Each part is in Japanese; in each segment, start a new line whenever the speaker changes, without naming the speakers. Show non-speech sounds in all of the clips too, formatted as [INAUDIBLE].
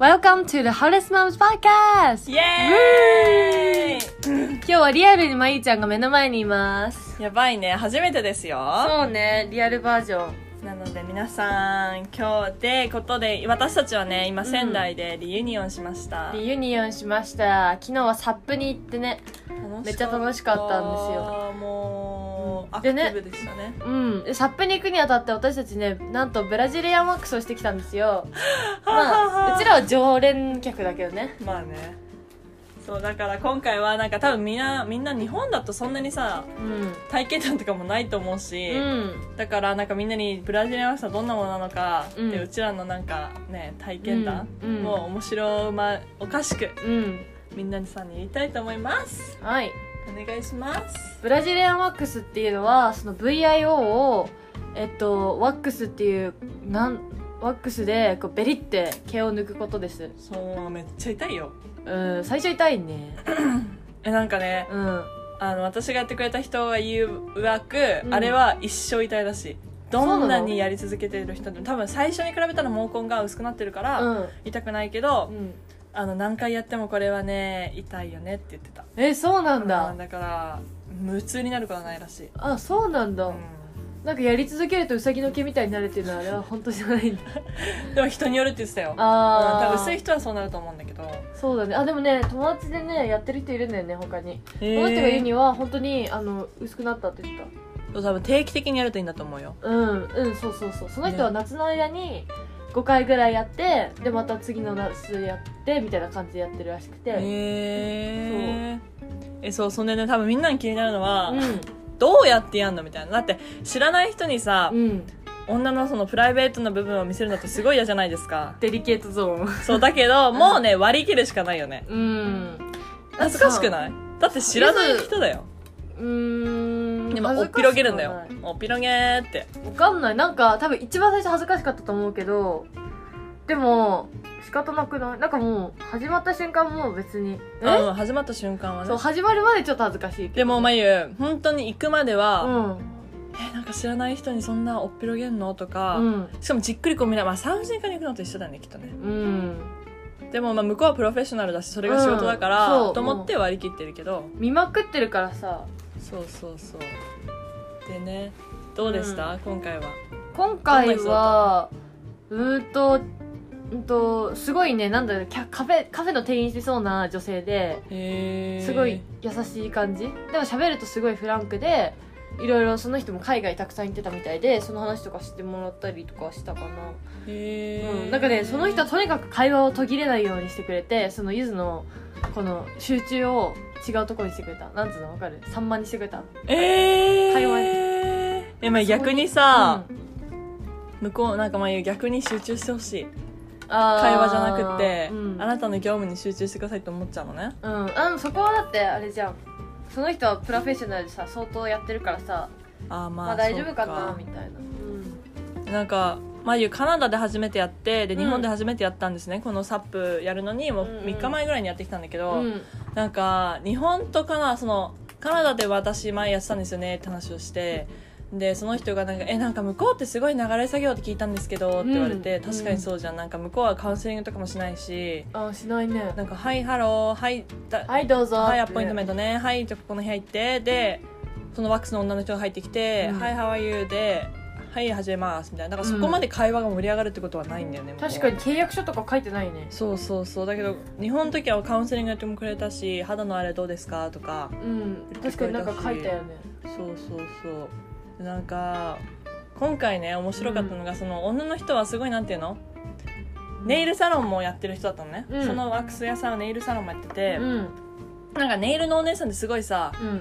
Welcome to the Hottest Moms Podcast!
イエー
今日はリアルにまゆちゃんが目の前にいます。
イやばいね初めてですよ
そうね、リアルバージョン。
なので皆さん今日でことで私たちはね今仙台でリユニオンしました、
リユニオンしました。昨日はサップに行ってね。めっちゃ楽しかったんです
よもう、
うん
アクティブでしたね
うん。でサップに行くにあたって私たちね、なんとブラジリアンワックスをしてきたんです [LAUGHS] よ。まあ、うちらは常連客だけどね。
まあねそうだから今回はなんか多分みんなみんな日本だとそんなにさ
うん。
体験談とかもないと思うし、
うん。
だからなんかみんなにブラジルアンワックスはどんなものなのか、
うん
でうちらのなんかね体験談
うんうん
もう面白まおかしく
うん。
みんなにさんに言いたいと思います
はい。
お願いします
ブラジリアンワックスっていうのはその VIO をえっとワックスっていうなんワックスでこうベリって毛を抜くことです
そうめっちゃ痛いよ
うん最初痛いね
えなんかね
うん
あの私がやってくれた人が言うわく、
うん
あれは一生痛いらしい
なの
どんなにやり続けている人でも多分最初に比べたら毛根が薄くなってるから、
うん、
痛くないけど、
うん、
あの何回やってもこれはね痛いよねって言ってた
えそうなん
う
だ
んだから無痛になることはないらしい、
あそうなんだ、
う
なんかやり続けるとウサギの毛みたいになるって [LAUGHS] いうのはあれは本当じゃないんだ
んでも人によるって言ってたようん
あ
多
あ、
分薄い人はそうなると思うんだけど
そうだねあでもね友達でねやってる人いるんだよね他に、
え
この人が言うには本当にあの薄くなったって言ってた
多分定期的にやるといいんだと思うよ
うんうんそうそうそうその人は
ね
夏の間に5回ぐらいやってでまた次の夏やってみたいな感じでやってるらしくて、
へええそうそんでね多分みんなに気になるのは、
う
どうやってやんのみたいなだって知らない人にさ
ん、うん、
女のそのプライベートな部分を見せるのってすごい嫌じゃないですか
デリケートゾーン
そうだけどもうね割り切るしかないよね
うん
恥ずかしくないだって知らない人だよ
うーん
でもおっぴろげるんだよおっぴろげーって
わかんないなんか多分一番最初恥ずかしかったと思うけどでも仕方なくないなんかもう始まった瞬間もう別にえ、
うん始まった瞬間は
そう
ね
始まるまでちょっと恥ずかしいけど
でもまゆ本当に行くまでは、
うん
えなんか知らない人にそんなおっぴろげんのとか、
うん
しかもじっくりこう見ない、まあ、産婦人科に行くのと一緒だねきっとね
うん
でもまあ向こうはプロフェッショナルだしそれが仕事だから、
うんそう
と思って割り切ってるけど、
見まくってるからさ
そうそうそうでねどうでした、今回は
今回はうーんとうんとすごいねなんだろうキャカフェカフェの店員してそうな女性で
へ
すごい優しい感じ、でも喋るとすごいフランクでいろいろその人も海外たくさん行ってたみたいでその話とかしてもらったりとかしたかな、
へ
うん、なんかねその人はとにかく会話を途切れないようにしてくれてそのゆずのこの集中を違うところにしてくれたなんつうのわかる散漫にしてくれた
えー、
会話
えまあ逆にさ、向こうなんかまあ逆に集中してほしい会
会
話じゃなくて、
うん
あなたの業務に集中してくださいって思っちゃうのね
うんあのそこはだってあれじゃんその人はプロフェッショナルでさ相当やってるからさ
あーまあ、
まあ大丈夫か
そう
なみたいな
なんかまゆカナダで初めてやってで
うん
日本で初めてやったんですね、このサップやるのにもう
うんうん
3日前ぐらいにやってきたんだけど、
うん、うん
なんか日本とカナダそのカナダで私前やってたんですよねって話をしてでその人がなんか「えなんか向こうってすごい流れ作業って聞いたんですけど」って言われて、
うん
確かにそうじゃんなんか向こうはカウンセリングとかもしないし
あしないね
なんか「はいハローはいだ
はいどうぞ
はい、アポイントメン
ン
トね。はい、じゃあここの部屋行って。で、そのワックスの女の人が入ってきて、
うん
はい、How are you? で、はい、始めます。みたいな。だからそこまで会話が盛り上がるってことはないんだよね。向こうは
確かに。契約書とか書いてないね
そうそうそう。だけど、日本の時はカウンセリングやってもくれたし、肌のあれどうですかとか。
うん確かになんか書いたよね
そうそうそう。でなんか、今回ね、面白かったのが、その女の人はすごい、なんていうのネイルサロンもやってる人だったのね。
うん
そのワックス屋さんはネイルサロンもやってて、
うん
なんかネイルのお姉さんってすごいさ、
うん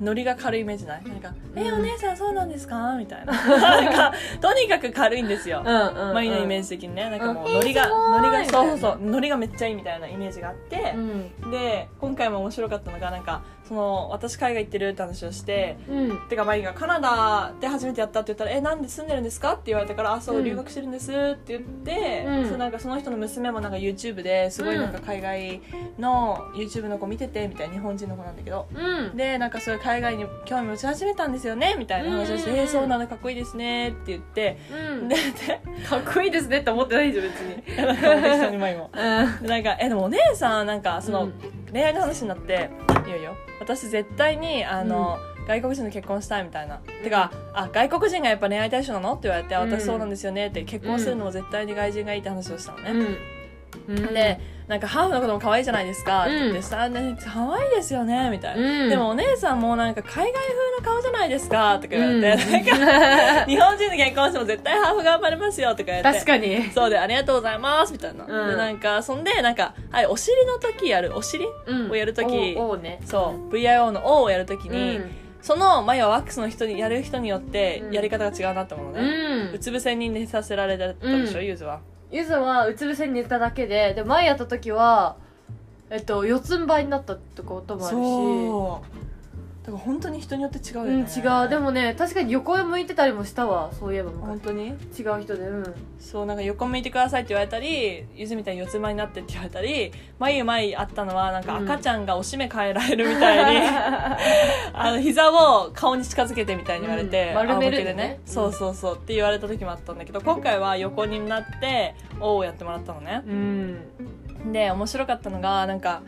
ノリが軽いイメージないなんか「
う
え
ん
お姉さんそうなんですか?」みたいな [LAUGHS] なんかとにかく軽いんですよ、
うんうん
マリのイメ
ー
ージ的にねなんかもう
うん
ノリが、
えーすごい
ノリが
みたい
そ
な
うそうノリがめっちゃいいみたいなイメージがあって
う、ん
で今回も面白かったのがなんかその私海外行ってるって話をして
うん
てかマイがカナダで初めてやったって言ったら「えなんで住んでるんですか?」って言われたから「あそう、
うん
留学してるんです」って言って、
うん
そうなんかその人の娘もなんか YouTube ですごいなんか海外の YouTube の子見ててみたいな日本人の子なんだけど
うん
でなんかそういう海外に興味持ち始めたんですよねみたいな話をして「
うんうんうん
えーそうなのかっこいいですね」って言って
うん
で [LAUGHS]
かっこいいですねって思ってないでしょ別に
でなんかお客さんに前も
う
でなんかえでもお姉さんなんかその、恋愛の話になっていよいよ私絶対にあの、外国人と結婚したいみたいな、てかあ外国人がやっぱ恋愛対象なのって言われて、あ
う
私
ん
そうなんですよねって結婚するのも絶対に外人がいいって話をしたのね、
んうん
でなんかハーフのことも可愛いじゃないですかって言っ
うん
てさ、ね、可愛いですよねみたいな、
うん
でもお姉さんもなんか海外風の顔じゃないですかとか言われて、なんか
[LAUGHS] か
日本人と結婚しても絶対ハーフ頑張れますよとか言われて
確かに
そうでありがとうございますみたいな、
うん
でなんかそんでなんかはいお尻の時やるお尻
うん
をやるとき
おおね
そう VIO の O をやるとき
う
に、
ん
その前はワックスの人にやる人によって
うん
やり方が違うなって思うの
う
ね、うんつ伏せに寝させられたでしょ、
うん
ゆずは
ゆずはうつ伏せに寝ただけでで前やった時はえっと四つん這いになったとか音もあるし
うだから本当に人によって違うよ
う
ね、
ん違うでもね確かに横へ向いてたりもしたわそういえば昔
本当に
違う人でうん
そうなんか横向いてくださいって言われたりゆずみたいに四つ前になってって言われたり眉前あったのはなんか
うん
赤ちゃんがおしめ変えられるみたいに、あの膝を顔に近づけてみたいに言われて、
うん丸める
仰向けで
ねうん
そうそうそうって言われた時もあったんだけど今回は横になって「お」をやってもらったのね
[LAUGHS] うん
で面白かったのがなんか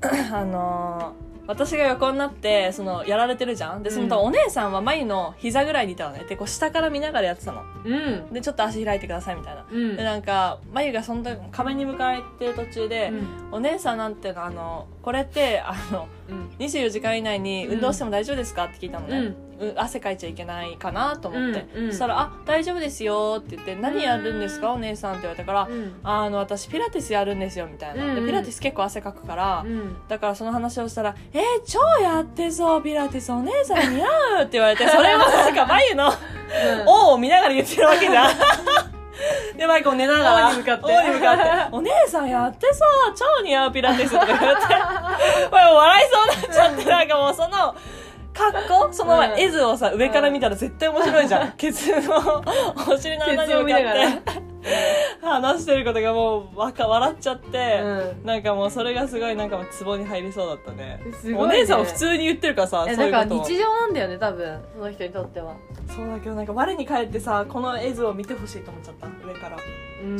[CLEARS THROAT] あのー私が横になってそのやられてるじゃんでその、
うん
お姉さんは眉の膝ぐらいにいたのねでこう下から見ながらやってたの
うん
でちょっと足開いてくださいみたいな
うん
でなんか眉がその時壁に向かってる途中で、
うん
お姉さんなんていうのあのこれってあの
うん
24時間以内に運動しても大丈夫ですかって聞いたのね、う汗かいちゃいけないかなと思って、
うんうん
そしたら「あ大丈夫ですよ」って言って「何やるんですかお姉さん」って言われたから
うん
「あの私ピラティスやるんですよ」みたいな、
うんう
で
ん
ピラティス結構汗かくから、
うん
だからその話をしたら「えー、超やってそうピラティスお姉さん似合う」って言われてそれをなんか眉の「お」を見ながら言ってるわけ
[LAUGHS]
じゃん。で、マイクを寝ながら、
王に向かって
王に向か
[LAUGHS]
ってお姉さんやってそう、超似合うピラティスとか言って、マイク笑いそうになっちゃって、なんかもうその、格好その
うん
絵図をさ、上から見たら絶対面白いじゃん。ケツのお尻の穴に向かっ
ケツを見ながら
て、話してることがもう、わか、笑っちゃって、
う
なんかもうそれがすごいなんかもうツボに入りそうだったね
すごいね
お姉さんは普通に言ってるからさ
んえ
そういう
な
こ
ん
と
か
を
日常なんだよね多分その人にとっては
そうだけどなんか我に返ってさこの絵図を見てほしいと思っちゃった上から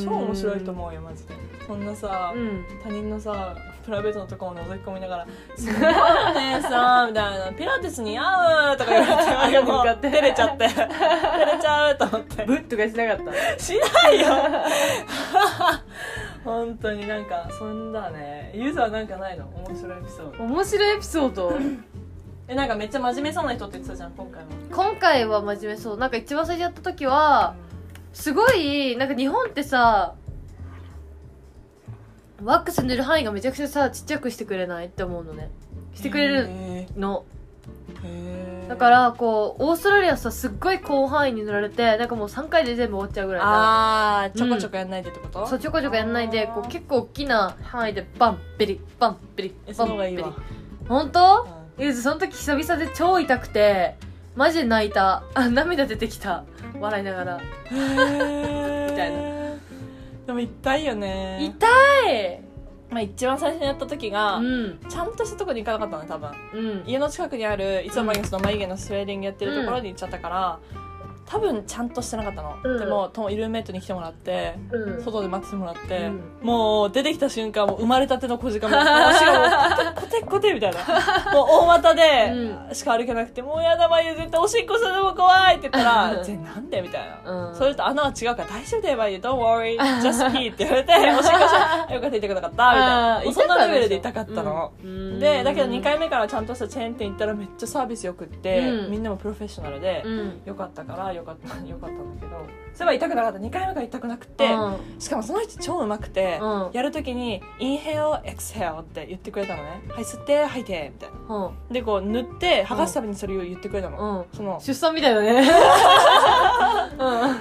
超面白いと思うよマジでそんなさ、
うん
他人のさプライベートのとこも覗き込みながら「すごい
[LAUGHS]
ねさ」みたいな「ピラティス似合う」とか言われてなんかもう照れちゃって照れちゃうと思って
ブッとかしなかった
しないよ [LAUGHS] 本当になんかそんだねユーザーなんかないの面白いエピソード
面白いエピソード
えなんかめっちゃ真面目そうな人って言ってたじゃん今回も
今回は真面目そうなんか一番最初やった時はすごいなんか日本ってさワックス塗る範囲がめちゃくちゃさちっちゃくしてくれないって思うのねしてくれる
へ
の
ー
だからこうオーストラリアさすっごい広範囲に塗られてなんかもう3回で全部終わっちゃうぐらいな
あーちょこちょこやんないでってこと、
そうちょこちょこやんないでこう
構
結構大きな範囲でバンペリバンペリ
えそ
バ
の
ン
方が
ペ
いい
リ
わ、
本当
うん
ゆずその時久々で超痛くてマジで泣いたあ涙出てきた笑いながら
み
みたい
なでも痛いよね
痛い
まあ、一番最初にやった時が、
うん
ちゃんとしたとこに行かなかったの多分
うん
家の近くにあるいつも毎日の眉毛のスウェーディングやってるところに行っちゃったから、多分ちゃんとしてなかったの、
うん
でもともイルメイトに来てもらって
うん
外で待っててもらって、
うん
もう出てきた瞬間もう生まれたての小
[LAUGHS]
鹿も足がもうコテコテコテみたいなもう大股でしか歩けなくて「もうやだ眉絶対おしっこするのも怖い」って言ったら
うん
「ぜなんで?」みたいな、
うん
それと穴は違うから大丈夫だよ眉 Don't
[LAUGHS]
worry just pee って言われておしっこしたよかった痛くなかったみたいな
あー
もう
痛
そん
かったでしょ
なレベルで痛かったの、
うん
でだけど2回目からちゃんとしたチェーン店行ったらめっちゃサービスよくって、
うん
みんなもプロフェッショナルで、
うん
よかったからよかったよかったんだけどそういえば痛くなかった2回目から痛くなくて、
うん
しかもその人超うまくて、
うん
やるときに「インヘオエクセオ」って言ってくれたのね「はい吸って吐いて」みたいな
うん
でこう塗って剥がすためにそれを言ってくれたの、
うん
その
出産みたいだ
[LAUGHS]
ね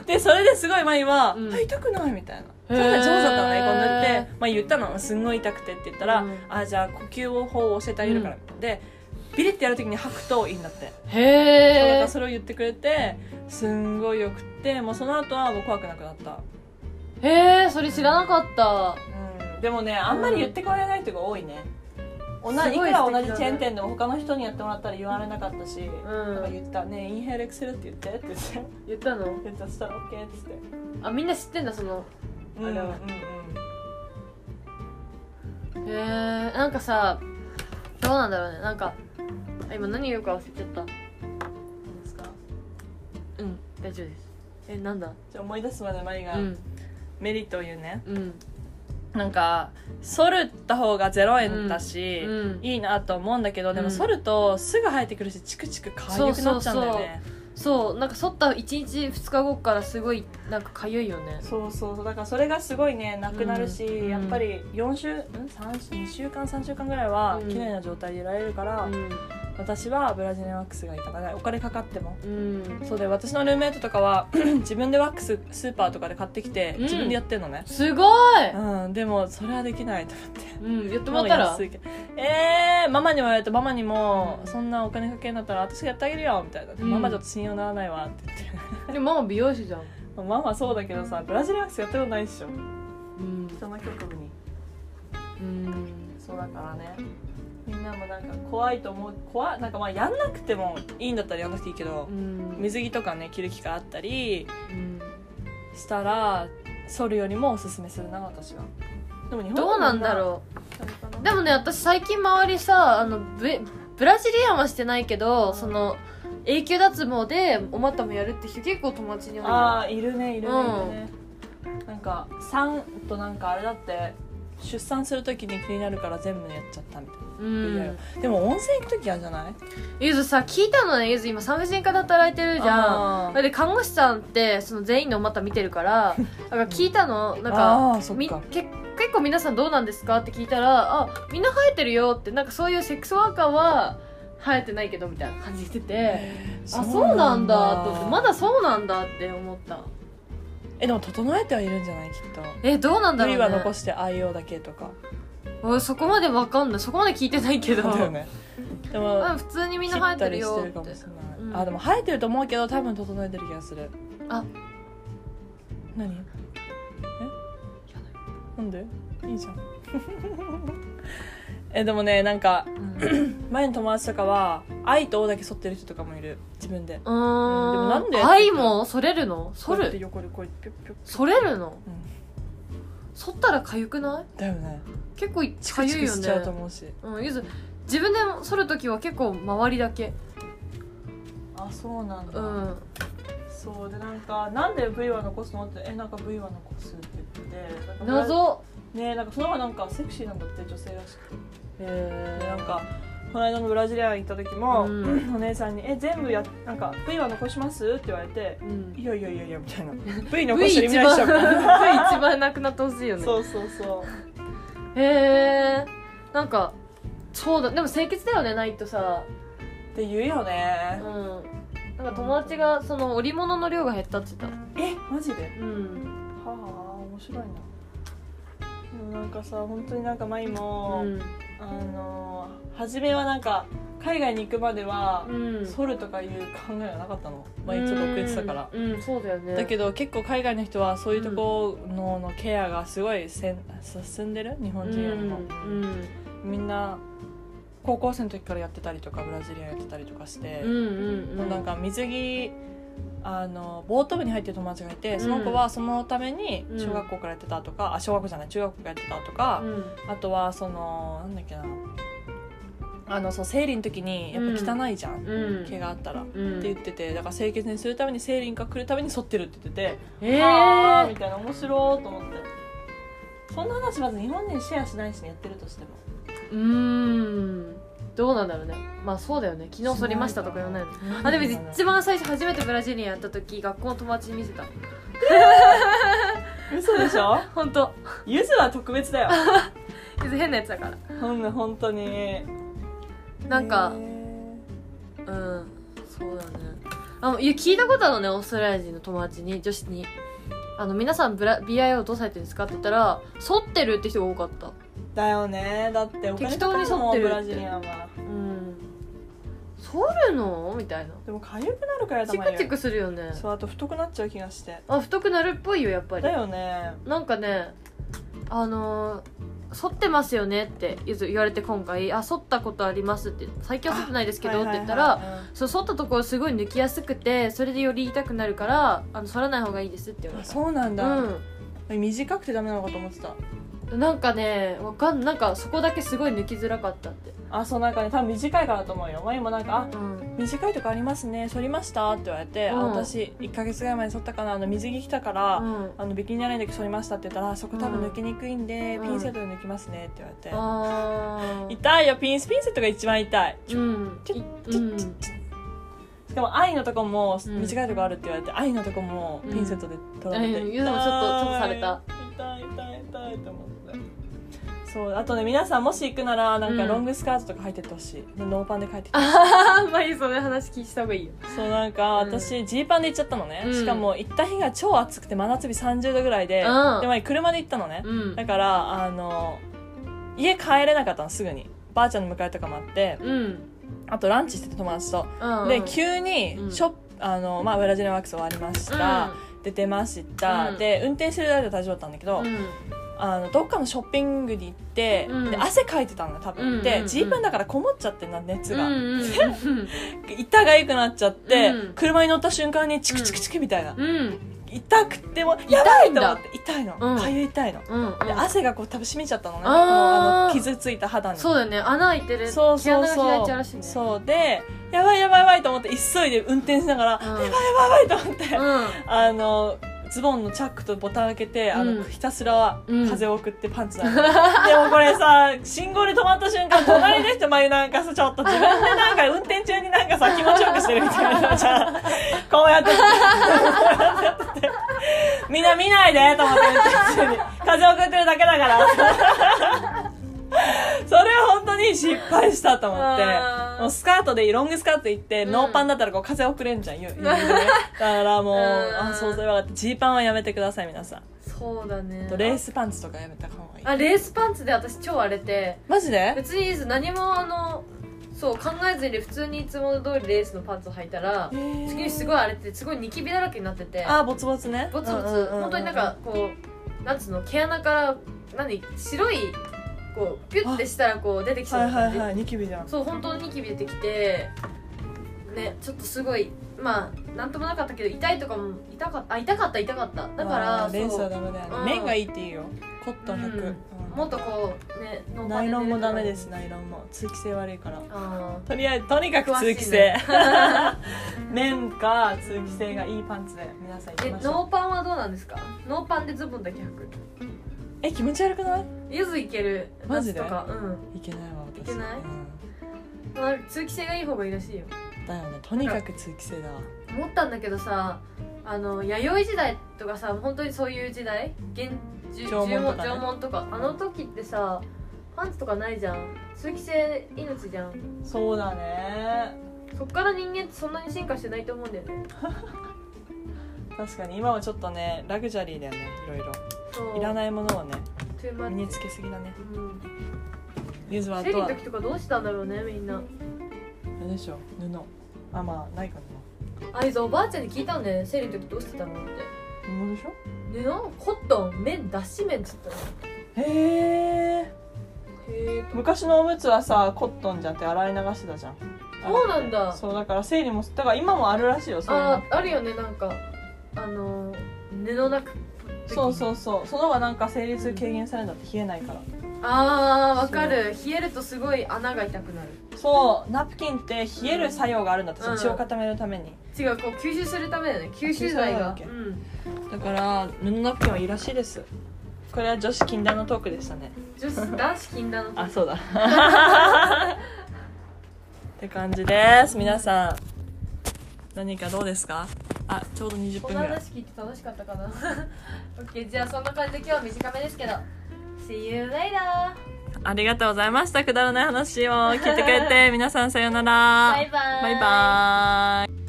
でそれですごい前は「
うん
あ痛くない」みたいな
へ
そ
ー
れが上手だったのねこう塗って、まあ、言ったの「すんごい痛くて」って言ったら「
うん
あじゃあ呼吸法を教えてあげるから」
う
でビリってやるときに吐くといいんだって、そうだか
へ
ら
え
それを言ってくれてすんごいよくってもうその後はもう怖くなくなった、
へえそれ知らなかった
うん、でもねあんまり言ってくれない人が多いね、おな
す
い
ごい
くら同じ
素敵だね
チェーン店でも他の人にやってもらったら言われなかったし、
う
なんか
ん
言った「ねえインヘルエクセルって言って」って言って
言ったの
言ったそしたら OK っつって
あみんな知ってんだその
うん
あ
う
れは
んうん
へえなんかさどうなんだろうねなんかあ今何言うか忘れちゃった
何ですか
うん大丈夫ですえなんだ
じゃあ思い出すまでマリが、
うん
メリというね
うん
なんか剃るった方が0円だ
う
し、
ん
いいなと思うんだけどで
う
も
ん
剃るとすぐ生えてくるしチクチク痒くなっちゃうんだよね
そうなんか剃った1日2日後からすごいなんか痒いよね
そうそうそうだからそれがすごいねなくなるし、
うん
やっぱり4週ん3 2週間3週間ぐらいは
うん
綺麗な状態でいられるから、
うん
私はブラジルワックスがいいかなお金かかっても
うん
そうで私のルームメイトとかは [CLEARS THROAT] 自分でワックススーパーとかで買ってきて
うん
自分でやってんのね、
すごい
うんでもそれはできないと思って
うん言ってもらったら
安いけどえー、ママにも言われてママにも
うん
そんなお金かけるんだったら私がやってあげるよみたいな、
うん
ママちょっと信用ならないわって言って [LAUGHS]
でもママ美容師じゃん
ママそうだけどさブラジルワックスやったことないっしょ
うん
人の局部に
うん
そうだからねみんなもなんか怖いと思う怖いなんかまあやんなくてもいいんだったらやんなくていいけど
う、ん
水着とかね着る機会あったり
うん
したら剃るよりもおすすめするな私はでも日本
どうなんだろうで
も
もね私最近周りさあのブブラジリアンはしてないけど、
うん
その永久脱毛でお股もやるって人結構友達に多い
あ
な
あいるねいるね,、
うん
いるねなんか産となんかあれだって出産するときに気になるから全部やっちゃったみたいな、
う
いや
ん
でも温泉行くときあるじゃない
ゆずさ聞いたのねゆず今産婦人科で働いてるじゃん
あ
それで看護師さんってその全員のお股見てるからだ
[LAUGHS]
から聞いたのなんか
あーそっ
み
か
け結構皆さんどうなんですかって聞いたら「あみんな生えてるよ」ってなんかそういうセックスワーカーは生えてないけどみたいな感じ言っててあそうなんだと思ってまだそうなんだって思った
えでも整えてはいるんじゃないきっと
えどうなんだろ
無
う
理
ね
は残して愛用だけとか
俺そこまでわかんないそこまで聞いてない
[LAUGHS]
けど、
だよねでも
うん普通にみんな生えてるよ
切
っ
った
て
りしてるかもしれない、
うん
あでも生えてると思うけど多分整えてる気がする
あ
何え
やだ
なんでいいじゃん [LAUGHS] えでもねなんか
うん
前の友達とかは愛と O だけ剃ってる人とかもいる自分
う
で
ーん
でもなんで
愛もそれるのそ
こうやって
る
横でこうピョッピョッ、
それるの
うん、
そったら痒くない
だよね
結構
チクチ
痒い
ク
よ
しちゃうと
ね
思うし
うんゆず自分で剃るときは結構周りだけ
あそうなん
うん
そうでなんかなんで V は残すのってえなんか V は残すって言ってなんか
謎
ねなんかその方がなんかセクシーなんだって女性らしくてで
へ
なんかこの間のブラジリアン行った時も、
うん
[CLEARS THROAT] お姉さんに「え全部やなんか V は残します?」って言われて
う
「
ん
いやいやいやいや」みたいな「V 残
V
してる意
一
味ないで
番 V
[LAUGHS] しょ」みたいな
一番なくなってほしいよね
そうそうそう
へえんかそうだでも清潔だよねないとさ
って言うよ
う
ね
んなんか友達がその織物の量が減ったって言って
えマジで
たうん
はあ面白いなでもなんかさ本当になんか舞
う
も、
ん
あのー初めはなんか海外に行くまでは、
うん
ソルとかいう考えはなかったの舞ちょっと遅れてたから、
うんうんそうだよね
だけど結構海外の人はそういうとこの,、のケアがすごいせん進んでる日
う
本
ん
人よりも、
うん
みんな高校生の時からやってたりとかブラジリアンやってたりとかして、
うんうん
もうなんか水着あのボート部に入ってる友達がいてその子はそのために
うん
小学校からやってたとか、あ小学校じゃない中学校からやってたとか
う、ん
あとはそのなんだっけなあのそう生理の時にやっぱ汚いじゃん、
うん
毛があったら。っ
うん
て言っててだから清潔にするために生理が来るために剃ってるって言ってて
え
はあみ
ー
たいな面白いと思ってそんな話まず日本人シェアしないしねやってるとしても
うーんどうなんだろうねまあそうだよね昨日剃りましたとか言わないのあでも一番最初初めてブラジリアンやった時学校の友達に見せた
嘘でしょ
本当
ゆずは特別だよ
変なやつだから
ほんの本当に
なんかうんそうだねあいや聞いたことあるのねオーストラリア人の友達に女子にあの皆さんブラ BIO どうされてるんですかって言ったら剃ってるって人が多かった
だよねだってお金
適当に剃ってるって
ブラジリアンは
うん剃るのみたいな
でも痒くなるからやだ
チ
眉
クチクするよね
そうあと太くなっちゃう気がして
あ太くなるっぽいよやっぱり
だよね
なんかねあのー剃ってますよねってゆず言われて今回「あ剃ったことあります」って「最近は剃ってないですけど」って言ったら、
はいはいはい
そう剃ったところすごい抜きやすくてそれでより痛くなるからあの剃らない方がいいですって言
うん
わ
あ
れた
そうなんだ、
うん
短くてダメなのかと思ってた
なんかねわかんなんかそこだけすごい抜きづらかったって、
あそうなんかね多分短いからだと思うよ眉もなんか「あ
うん、
短いとこありますね剃りました」って言われて「
う
あ
ん
私1か月ぐらい前に剃ったかなあの水着着たから、
うん
あのビキニじゃないんだけど剃りました」って言ったらあ「そこ多分抜きにくいんで、
うん
ピンセットで抜きますね」って言われて、
あー
痛いよピンスピンセットが一番痛い
うん
ちょ
い
ちょ
うん
ちょちょしかも愛のとこも
うん
短いとこあるって言われて、愛のとこもピンセットで取られて、
うんうん
痛い
ゆずもちょっとちょっとされた
痛い痛い痛いと思ってそうあとね皆さんもし行くならなんか
うん
ロングスカートとか入ってってほしい、ノーパンで帰ってきて
あーまあいいその話聞いた方がいいよ
そうなんか
うん
私ジーパンで行っちゃったのね、
うん
しかも行った日が超暑くて真夏日30度ぐらいで、
うん
で前車で行ったのね、
うん
だからあの家帰れなかったのすぐにばあちゃんの迎えとかもあって
うん
あとランチしてて友達と、
うん
で急に
うん
ショップ、あのまあ、ブラジルワックス終わりました、で出ました、
うん
で運転してる間で大丈夫だったんだけど、
うんうん
あのどっかのショッピングに行って、
うん
で汗かいてたのよ多分、
うんうんうん
でジーパンだからこもっちゃってんな熱が、
うんうん
痛がゆくなっちゃって、
うん
車に乗った瞬間にチクチクチクみたいな、
うん
痛くてもやばい
ん
と思
だ
って痛いの
うん
かゆ、い痛いの、
うん
で汗がこう多分染みちゃったのね
あー
このあの傷ついた肌に
そうだよね穴開いてる
そうそう
毛穴が開いちゃう
そ
ら
う
しいね
そうでやばいやばいやばいと思って急いで運転しながら、
うん
やばいやばいやばいと思って、
うん
あのズボンのチャックとボタン開けてあの、
うん
ひたすら
うん
風を送ってパンツ
[LAUGHS]
だ、でもこれさ信号で止まった瞬間隣の人前なんかさちょっと自分でなんか運転中になんかさ気持ちよくしてるみたいなじゃ
[LAUGHS]
あこうやってこうやっててみんな見ないでと思って運転中に風送ってるだけだからそれは本当に失敗したと思って
あー
もうスカートでロングスカート行って、
うん
ノーパンだったらこう風送れんじゃん余裕でねだからもう、
[LAUGHS] うん
あ想像よかったジーパンはやめてください皆さん
そうだね
あとレースパンツとかやめた方がいい
あレースパンツで私超荒れて
マジで
別にいいです何もあのそう考えずに普通にいつもの通りレースのパンツを履いたら次にすごい荒れてすごいニキビだらけになってて
あーボツボツね
ボツボツ、
うううう
本当になんかこうなんつうの毛穴から何白いこうピュッてしたらこう出てきそう
は
ない
はい
感
はいニキビじゃん
じそう本当にニキビ出てきてねちょっとすごいまあなんともなかったけど痛いとかも痛かったあ痛かった痛かっただか
あ
ら
ーレース
そ
は
う
ダメだよね、
うん
面がいいっていいよコットン100、
うん
うん
もっとこうねノーパ
ナ
で寝
イ
る
ロンもダメです
とか
ナイロンも通気性悪いから
あー
とりあえずとにかく通気性、 [LAUGHS] 面か通気性がいいパンツで皆さん行
え
きましょう
ノーパンはどうなんですかノーパンでズボンだけ履く
え気持ち悪くない
ゆずいける
マジで
夏とかうん
いけないわ私
いけない
うん
まあ通気性がいい方がいいらしいよ
だよねとにかく通気性だわ
思ったんだけどさあの弥生時代とかさ本当にそういう時代現じゅ
縄文とかね
縄文とかあの時ってさパンツとかないじゃん通気性命じゃん
そうだね
そっから人間ってそんなに進化してないと思うんだよね
確かに今はちょっとねラグジュアリーだよねいろいろ
そう
いら
い
ないものをね
トゥーマッチ
身につけすぎだね
うん
ゆずはあ
生
と
理の
は
時とかどうしたんだろうねみんな
あれでしょ布あまあないか
あいつおばあちゃんに聞いたんだよね生理の時どうしてたのって
な布でしょ
布コットン綿脱脂綿っつったの
へえ
へえ
昔のおむつはさコットンじゃんって洗い流してたじゃん
そうなんだ
そうだから生理もだから今もあるらしいよそういう
あ
の
ーあるよねなんかあのー布なく
そう
う
そうそうその方がなんか生理痛軽減されるんだって冷えないから
あーわかる冷えるとすごい穴が痛くなる
そうナプキンって冷える作用があるんだって、
うん
血を固めるために
違うこう吸収するためだよね吸収剤が
吸収剤
う
なんだから布ナプキンはいいらしいですこれは女子禁断のトークでしたね
女子男子禁断の
あそうだ [LAUGHS] って感じです皆さん何かどうですかあちょうど20
こ
分
の
ぐらい
話聞いて楽しかったか [LAUGHS] な OK じゃあそんな感じで今日は短めですけど See you later!
ありがとうございましたくだらない話を聞いてくれ
[LAUGHS]
て皆さんさようなら
バイバイ
バイバイ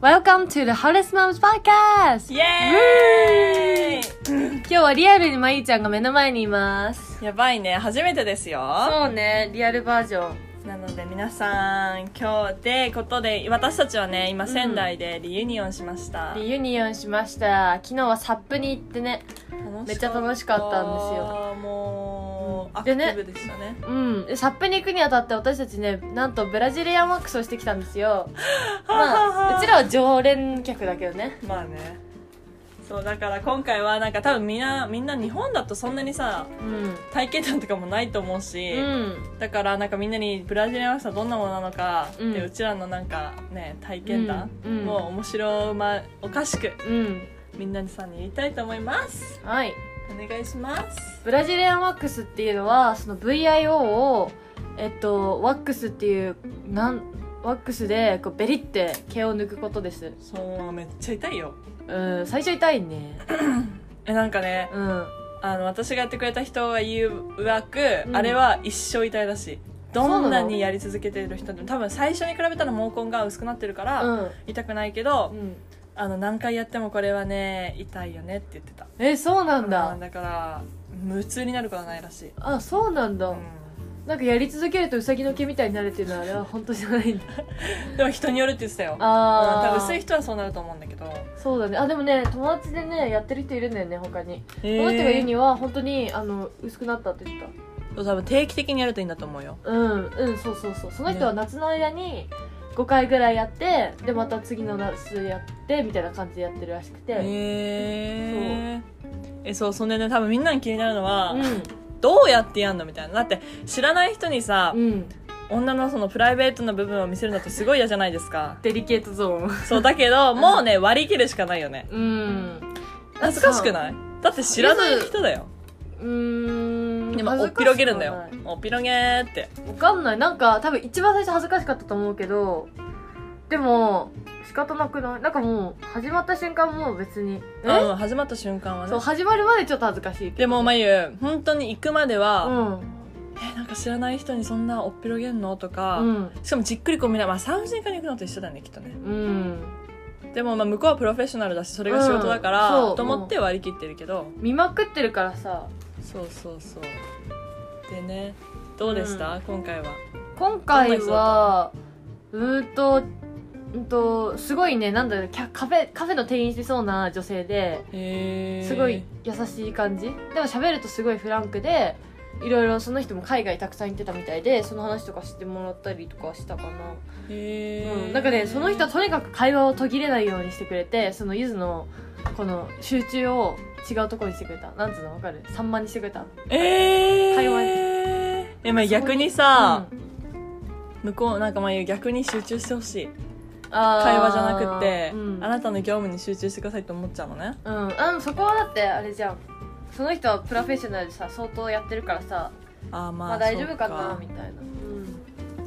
Welcome to the Hottest Moms Podcast!
イエー
今日はリアルにまゆちゃんが目の前にいます。
イやばいね初めてですよ
そうね、リアルバージョン。
なので皆さん今日でことで私たちはね今仙台でリユニオンしました、
リユニオンしました。昨日はサップに行ってね。めっちゃ楽しかったんです
よもう
うん
アクテ
でね
ィブでしたね
うん。でサップに行くにあたって私たちね、なんとブラジリアンワックスをしてきたんです
[LAUGHS]
よ。まあ、うちらは常連客だけどね。
まあねそうだから今回はなんか多分みんなみんな日本だとそんなにさ
うん。
体験談とかもないと思うし、
うん。
だからなんかみんなにブラジルアンワックスはどんなものなのか、
うん
でうちらのなんかね体験談
うん
もう面白まおかしく
うん。
みんなにさんに言いたいと思います
はい。
お願いします
ブラジリアンワックスっていうのはその VIO をえっとワックスっていうなんワックスでこうベリって毛を抜くことです
そうめっちゃ痛いよ
うん最初痛いね
えなんかね
うん
あの私がやってくれた人が言うわく、
うん
あれは一生痛いらしい
なの
どんなにやり続けている人でも多分最初に比べたら毛根が薄くなってるから、
うん、
痛くないけど、
うん、
あの何回やってもこれはね痛いよねって言ってた
えそうなん
う
だ
んだから無痛になることはないらしい、
あそうなんだ、なんかやり続けるとウサギの毛みたいになるっていうのはあれは本当じゃないんだ
うんでも人によるって言ってたようん、多
あ
分
あ
薄い人はそうなると思うんだけど
そうだねあでもね友達でねやってる人いるんだよね他に、
え
この人が言うには本当にあの薄くなったって言ってた
多分定期的にやるといいんだと思うよ
うんうんそうそうそうその人は
ね
夏の間に5回ぐらいやってでまた次の夏やってみたいな感じでやってるらしくて、
へええそうそんでね多分みんなに気になるのは、
う
どうやってやんのみたいなだって知らない人にさ
ん、うん、
女のそのプライベートな部分を見せるのってすごい嫌じゃないで
[LAUGHS]
すか
デリケートゾーン
そうだけどもうね割り切るしかないよね
うん
恥ずかしくないだって知らない人だよ
うーん
でも
恥
お
ず
っ
かしく
ぴ
は
ろげるんだよ
ない
おっぴろげーって
わかんないなんか多分一番最初恥ずかしかったと思うけどでも仕方なくないなんかもう始まった瞬間もう別にえ、
うん始まった瞬間は
そう
ね
始まるまでちょっと恥ずかしいけど
でもまゆ本当に行くまでは、
うん
えなんか知らない人にそんなおっぴろげんのとか、
うん
しかもじっくりこう見ない、まあ、産婦人科に行くのと一緒だねきっとね
うん
でもまあ向こうはプロフェッショナルだしそれが仕事だから、
うんそう
と思って割り切ってるけど、
見まくってるからさ
そうそうそうでねどうでした、今回は
今回はうーんとうんとすごいねなんだろうキャカフェカフェの店員してそうな女性で
へ
すごい優しい感じ、でも喋るとすごいフランクでいろいろその人も海外たくさん行ってたみたいでその話とかしてもらったりとかしたかな、
へ
うん、なんかねその人はとにかく会話を途切れないようにしてくれてそのゆずのこの集中を違うところにしてくれたなんつうのわかる散漫にしてくれた
えー、
会話
えまあ逆にさ、向こうなんかまあ逆に集中してほしい会
会
話じゃなくて、
うん
あなたの業務に集中してくださいって思っちゃうのね
うんあのそこはだってあれじゃんその人はプロフェッショナルでさ相当やってるからさ
あーまあ、
まあ大丈夫か
そう
なみたいな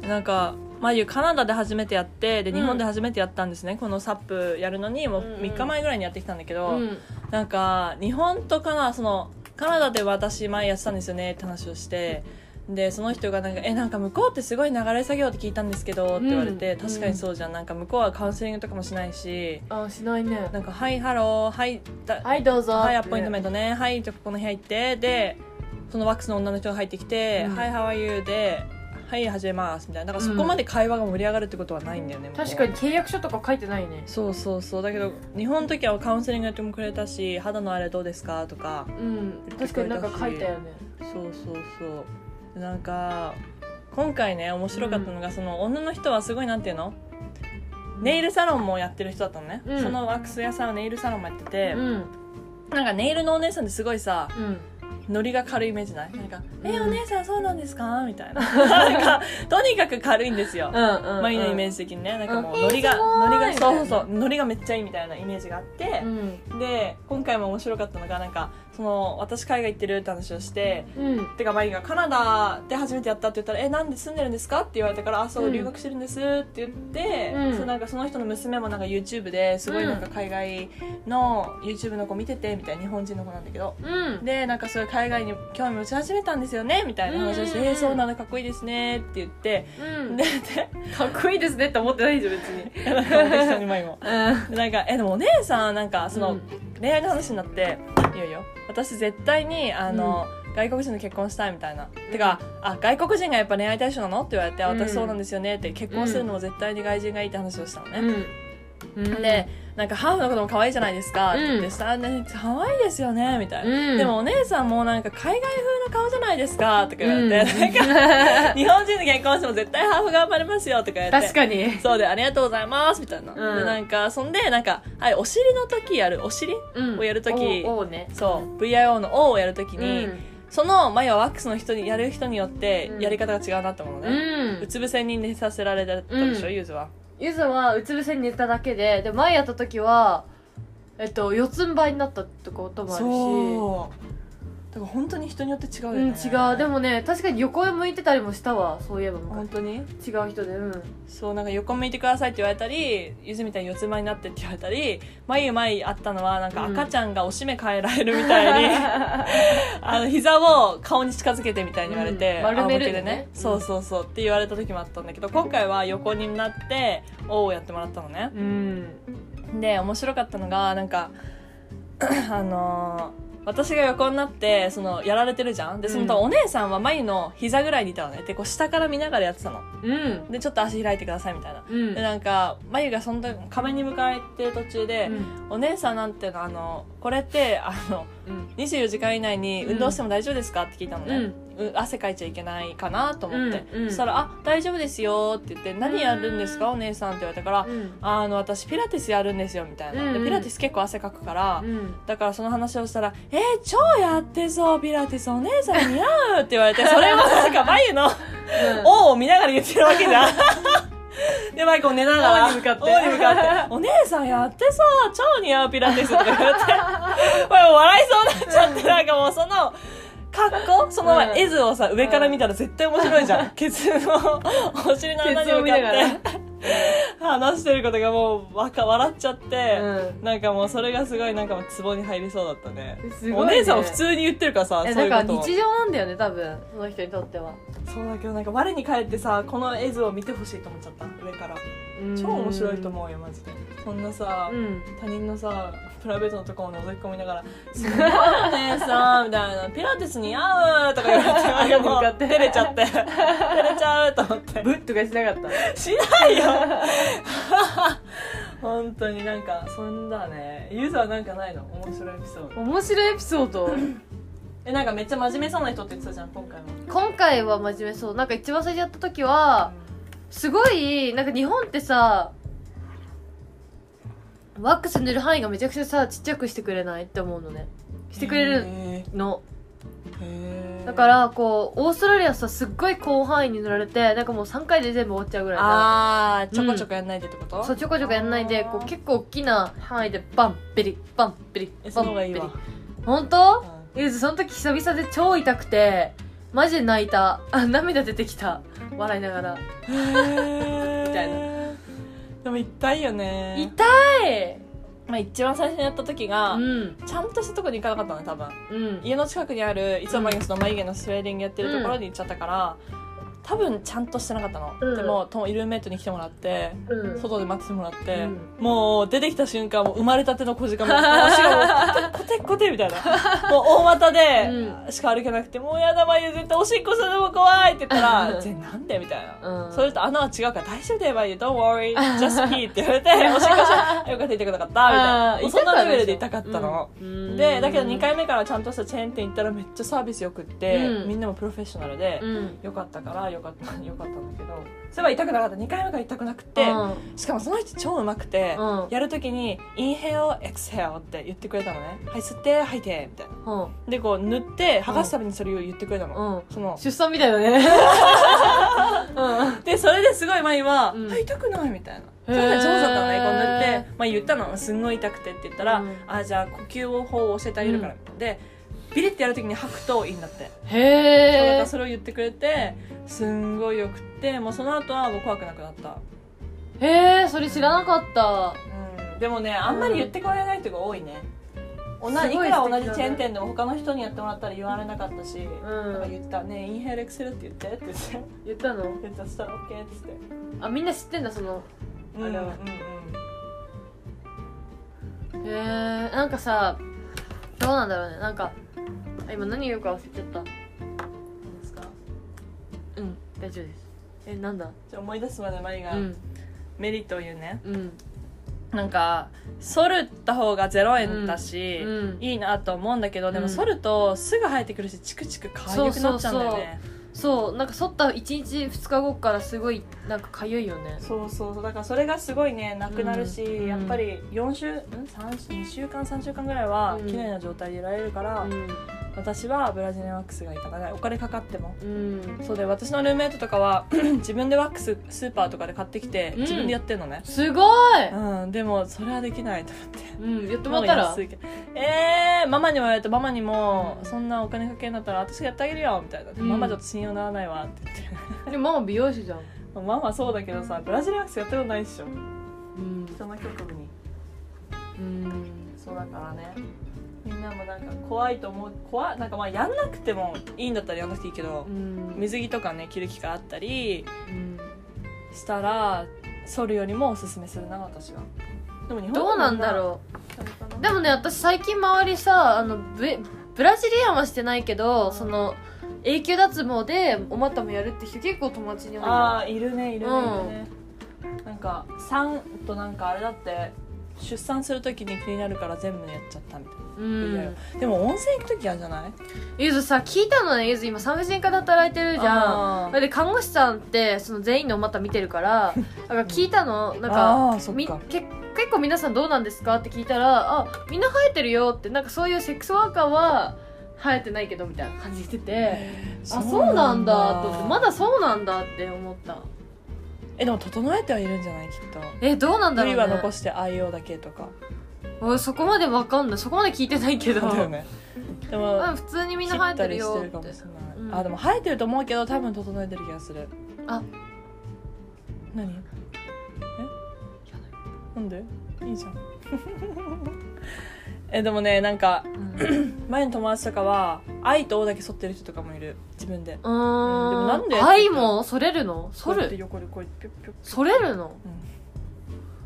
うん
なんかまゆカナダで初めてやってで
うん
日本で初めてやったんですね、このサップやるのにもう
うんうん
3日前ぐらいにやってきたんだけど、
うん
なんか日本とカナダそのカナダで私前やってたんですよねって話をしてでその人がなんか「えなんか向こうってすごい流れ作業って聞いたんですけど」って言われて、
うん
確かにそうじゃんなんか向こうはカウンセリングとかもしないし
あしないね
なんか「はいハローはいだ
はいどうぞ
はい、アポイントメン
ン
トね。はい、じゃあここの部屋行って。で、そのワックスの女の人が入ってきて、
うん
はい、How are you? で、はい、始めます。みたいな。だからそこまで会話が盛り上がるってことはないんだよね。向こうは
確かに。契約書とか書いてないね
そうそうそう。だけど、日本の時はカウンセリングやってもくれたし、肌のあれどうですかとか。
うん確かになんか書いたよね
そうそうそう。でなんか、今回ね、面白かったのが、その女の人はすごい、なんていうのネイルサロンもやってる人だったのね。
うん
そのワックス屋さんはネイルサロンもやってて、
うん
なんかネイルのお姉さんってすごいさ、
うん
ノリが軽いイメージないなんか「
う
え
ん
お姉さんそうなんですか?」みたいななんかとにかく軽いんですよ、
うんうん
マリのイメー
ジ
ジ的にねなんかもう
うん
ノリが、
えーすごい
ノリ
み
が
た
そ
いうな
そうそうノリがめっちゃいいみたいなイメージがあって
う、ん
で今回も面白かったのがなんかその私海外行ってるって話をして
うん
てかマリがカナダで初めてやったって言ったら「えなんで住んでるんですか?」って言われたから「あそう、
うん
留学してるんです」って言って、
うん
そうなんかその人の娘もなんか YouTube ですごいなんか海外の YouTube の子見ててみたいな日本人の子なんだけど
うん
でなんかそういう海外に興味持ち始めたんですよねみたいな話をして「
うんうんうん
えーそうなんだかっこいいですね」って言って
うん
で
かっこいいですねって思ってないでしょ別に
でなんかお客さんに前も
うん
でなんかえでもお姉さんなんかそ
う
の、
ん
恋愛の話になっていよいよ私絶対にあの、外国人と結婚したいみたいな、てかあ外国人がやっぱ恋愛対象なのって言われて、あ
う
私
ん
そうなんですよねって結婚するのも絶対に外人がいいって話をしたのね、
うん
でなんかハーフのことも可愛いじゃないですかって言っ
うん
てさ、ね可愛いですよねみたいな、
うん
でもお姉さんもなんか海外風の顔じゃないですかとか言われて、なんか [LAUGHS]
か
日本人と結婚しても絶対ハーフ頑張れますよとか言って
確かに
そうで、ありがとうございますみたいな。
うん
で、なんか、そんで、なんか、はい、お尻の時やる、お尻
うん
をやるとき
おおね
そう、VIO の O をやる時に、
うん
その前はワックスの人に、やる人によって
う、ん
やり方が違うなって思うの
う
ね。うんつ伏せに寝させられたでしょ、
うん
ゆずは。
ゆずはうつ伏せに寝ただけでで前やった時はえっと四つん這いになったってこともあるし
う。だから本当に人によって違うよ
う
ね。
ん違うで、もね確かに横へ向いてたりもしたわそういえば昔
本当に
違う人でうん
そう、なんか横向いてくださいって言われたり、ゆずみたいに四つ前になってって言われたり、眉前あったのは、なんか赤ちゃんがおしめ変えられるみたいに、あの膝を顔に近づけてみたいに言われて、
うん丸める
仰向けで
ねうん
そうそうそうって言われた時もあったんだけど今回は横になって「お」をやってもらったのね
[LAUGHS] うん
で面白かったのがなんか [CLEARS THROAT] あのー私が横になってそのやられてるじゃんでその多分
うん
お姉さんは眉の膝ぐらいにいたのねでこう下から見ながらやってたの
うん
でちょっと足開いてくださいみたいな
うん
でなんか眉がその時壁に向かえてる途中で、
うん
お姉さんなんていうのあのこれってあの
うん
24時間以内に運動しても大丈夫ですかって聞いたのね、う汗かいちゃいけないかなと思って、
うんうん
そしたら「あ大丈夫ですよ」って言って「何やるんですかお姉さん」って言われたから
うん
「あの私ピラティスやるんですよ」みたいな、
うんうん
でピラティス結構汗かくから、
うん
だからその話をしたら「えー、超やってそうピラティスお姉さん似合う」って言われてそれをなんか眉の「王を見ながら言ってるわけ
[LAUGHS]
じゃんでマイクを寝ながら
王に向かって
王に向
[LAUGHS]
かってお姉さんやってそう超似合うピラティスとか言って俺もう笑いそうになっちゃってなんかもうその格好その
うん
絵図をさ上から見たら絶対面白いじゃん、ケツのお尻の穴に向かっ
ケツを見ながら
て話してることがもうわか笑っちゃって、
う
なんかもうそれがすごいなんかもうツボに入りそうだったね
すごい
お
ね
姉さんは普通に言ってるからさ
え
そういう
な
こ
ん
と
か
を
日常なんだよね多分その人にとっては
そうだけどなんか我に返ってさこの絵図を見てほしいと思っちゃった上から超面白いと思うよマジでそんなさ、
うん
他人のさプライベートのところを覗き込みながら「すごいねさ」 [LAUGHS] みたいな「ピラティス似合う」とか言われ
[LAUGHS]
てなんかも
向かっ
う
て
照れちゃって照れちゃうと思って
ブッとかしなかった
しないよ [LAUGHS] 本当になんかそんだねユーザーなんかないの面白いエピソード
面白いエピソー
[LAUGHS]
ド
えなんかめっちゃ真面目そうな人って言ってたじゃん今回も
今回は真面目そうなんか一番最初やった時はすごいなんか日本ってさワックス塗る範囲がめちゃくちゃさちっちゃくしてくれないって思うのねしてくれる
へ
の
ー
だからこうオーストラリアさすっごい広範囲に塗られてなんかもう3回で全部終わっちゃうぐらいな
あーちょこちょこやんないでってこと、
そうちょこちょこやんないでこう結構大きな範囲でバンペリバンペリ
え
バ
その
ン
方
ペ
がいい
リ
わ、
本当
うん
ゆずその時久々で超痛くてマジで泣いたあ涙出てきた笑いながらみたい
なでも痛いよね
痛い
まあ、一番最初にやった時が、
うん
ちゃんとしたとこに行かなかったの多分
うん
家の近くにあるいつも毎日の眉毛のスウェーディングやってるところに行っちゃったから、多分ちゃんとしてなかったの、
うん
でもとイルメイトに来てもらって
うん
外で待っててもらって、
うん
もう出てきた瞬間もう生まれたての小
[LAUGHS]
鹿も足がもうコテコテコテみたいなもう大股でしか歩けなくて「もうやだ眉絶対おしっこするのも怖い」って言ったら
うん
「ぜなんで?」みたいな、
うん
それと穴は違うから大丈夫だよ眉 Don't
[LAUGHS]
worry just pee」って言われて「おしっこしたよかった痛くなかった」みたいな
あー
もうそんなレベルで痛かったの。
うん
でだけど2回目からちゃんとしたチェーン店行ったらめっちゃサービスよくって、
うん
みんなもプロフェッショナルで、
うん
よかったからよかったよかったんだけどそういえば痛くなかった2回目から痛くなくて、
うん
しかもその人超うまくて、
うん
やる時に「インヘルエクセル」って言ってくれたのね「はい吸って吐いて」みたいな
うん
でこう塗って剥がすためにそれを言ってくれたの、
うん
その
出産みたいだ
[LAUGHS]
ね
でそれですごい前は「
うん
あ痛くない」みたいな
へ
そ
ー
れが上手だったのねこう塗って、まあ、言ったのすんごい痛くてって言ったら「
うん
あじゃあ呼吸法を教えてあげるから」
う
でビリってやるときに吐くといいんだって、そうだか
へ
ら
え
それを言ってくれてすんごいよくってもうその後はもう怖くなくなった、
へえそれ知らなかった
うん、でもねあんまり言ってくれない人が多いね、同じ
す
い
ごい
くら同
素敵
じ
だね
チェーン店でも他の人にやってもらったら言われなかったし、
ん
なんか言った「ねえインヘルエクセルって言って」って言って
言ったの
言ったそしたら OK っつって
あみんな知ってんだその
うん
あ
うん
ら
うん
へえなんかさどうなんだろうねなんかあ今何言うか忘れちゃった
何ですか
うん大丈夫ですえなんだ
じゃあ思い出すまでマリ
う
が、
ん
メリというね
うん
なんか剃るった方が0円だし、
うん
いいなと思うんだけどで
う
も
ん
剃るとすぐ生えてくるしチクチクかゆくなっちゃうんだよね
そうなんか剃った1日2日後からすごいなんかかゆいよね
そうそうそうだからそれがすごいねなくなるし、
うん
やっぱり4週ん3 2週間3週間ぐらいは
うん
綺麗な状態でいられるから、
うん
私はブラジルワックスがいいかなお金かかっても
うん
そうで私のルームメイトとかは [CLEARS THROAT] 自分でワックススーパーとかで買ってきて
うん
自分でやってんのね、
すごい
うんでもそれはできないと思って
うんやってもらったら
安いけどえー、ママにも言われてママにも
うん
そんなお金かけるんだったら私がやってあげるよみたいな、
うん
ママちょっと信用ならないわって言って [LAUGHS]
でもママ美容師じゃん
ママそうだけどさブラジルワックスやったことないっしょ
うん
人の局部に
うん
そうだからねみんなもなんか怖いと思う怖いなんかまあやんなくてもいいんだったらやんなくていいけど
う、ん
水着とかね着る機会あったり
うん
したら剃るよりもおすすめするな私はでも日本
どうなんだろ
う
うでもね私最近周りさあのブブラジリアンはしてないけど、
うん
その永久脱毛でお股もやるって人結構友達に多い
あ
な
あいるねいるね,、
うん
いるねなんか産となんかあれだって出産するときに気になるから全部やっちゃったみたいな、
う
いや
ん
でも温泉行くときあるじゃない
ゆずさ聞いたのねゆず今産婦人科で働いてるじゃん
あ
それで看護師さんってその全員のお股見てるからだ
[LAUGHS]
から聞いたのなんか
あーそっ
み
か
け結構皆さんどうなんですかって聞いたら「あみんな生えてるよ」ってなんかそういうセックスワーカーは生えてないけどみたいな感じしててあそうなんだと思ってまだそうなんだって思った
えでも整えてはいるんじゃないきっと
えどうなんだろ
部
う
位
ね
は残して愛用だけとか
俺そこまでわかんないそこまで聞いてない
[LAUGHS]
けど、
だよねでも
うん普通にみんな生えてるよ
切
っ
った
て
りしてるかもしれない、
うん
あでも生えてると思うけど多分整えてる気がする
あ
何えなんでいいじゃん [LAUGHS] えでもねなんか [CLEARS THROAT]
うん
前の友達とかは愛と「お」だけ剃ってる人とかもいる自分
う
で
ーん
でもなんで
愛もそれるのそ
こうやって
る
横でこうピュッピュッ、
それるの
うん、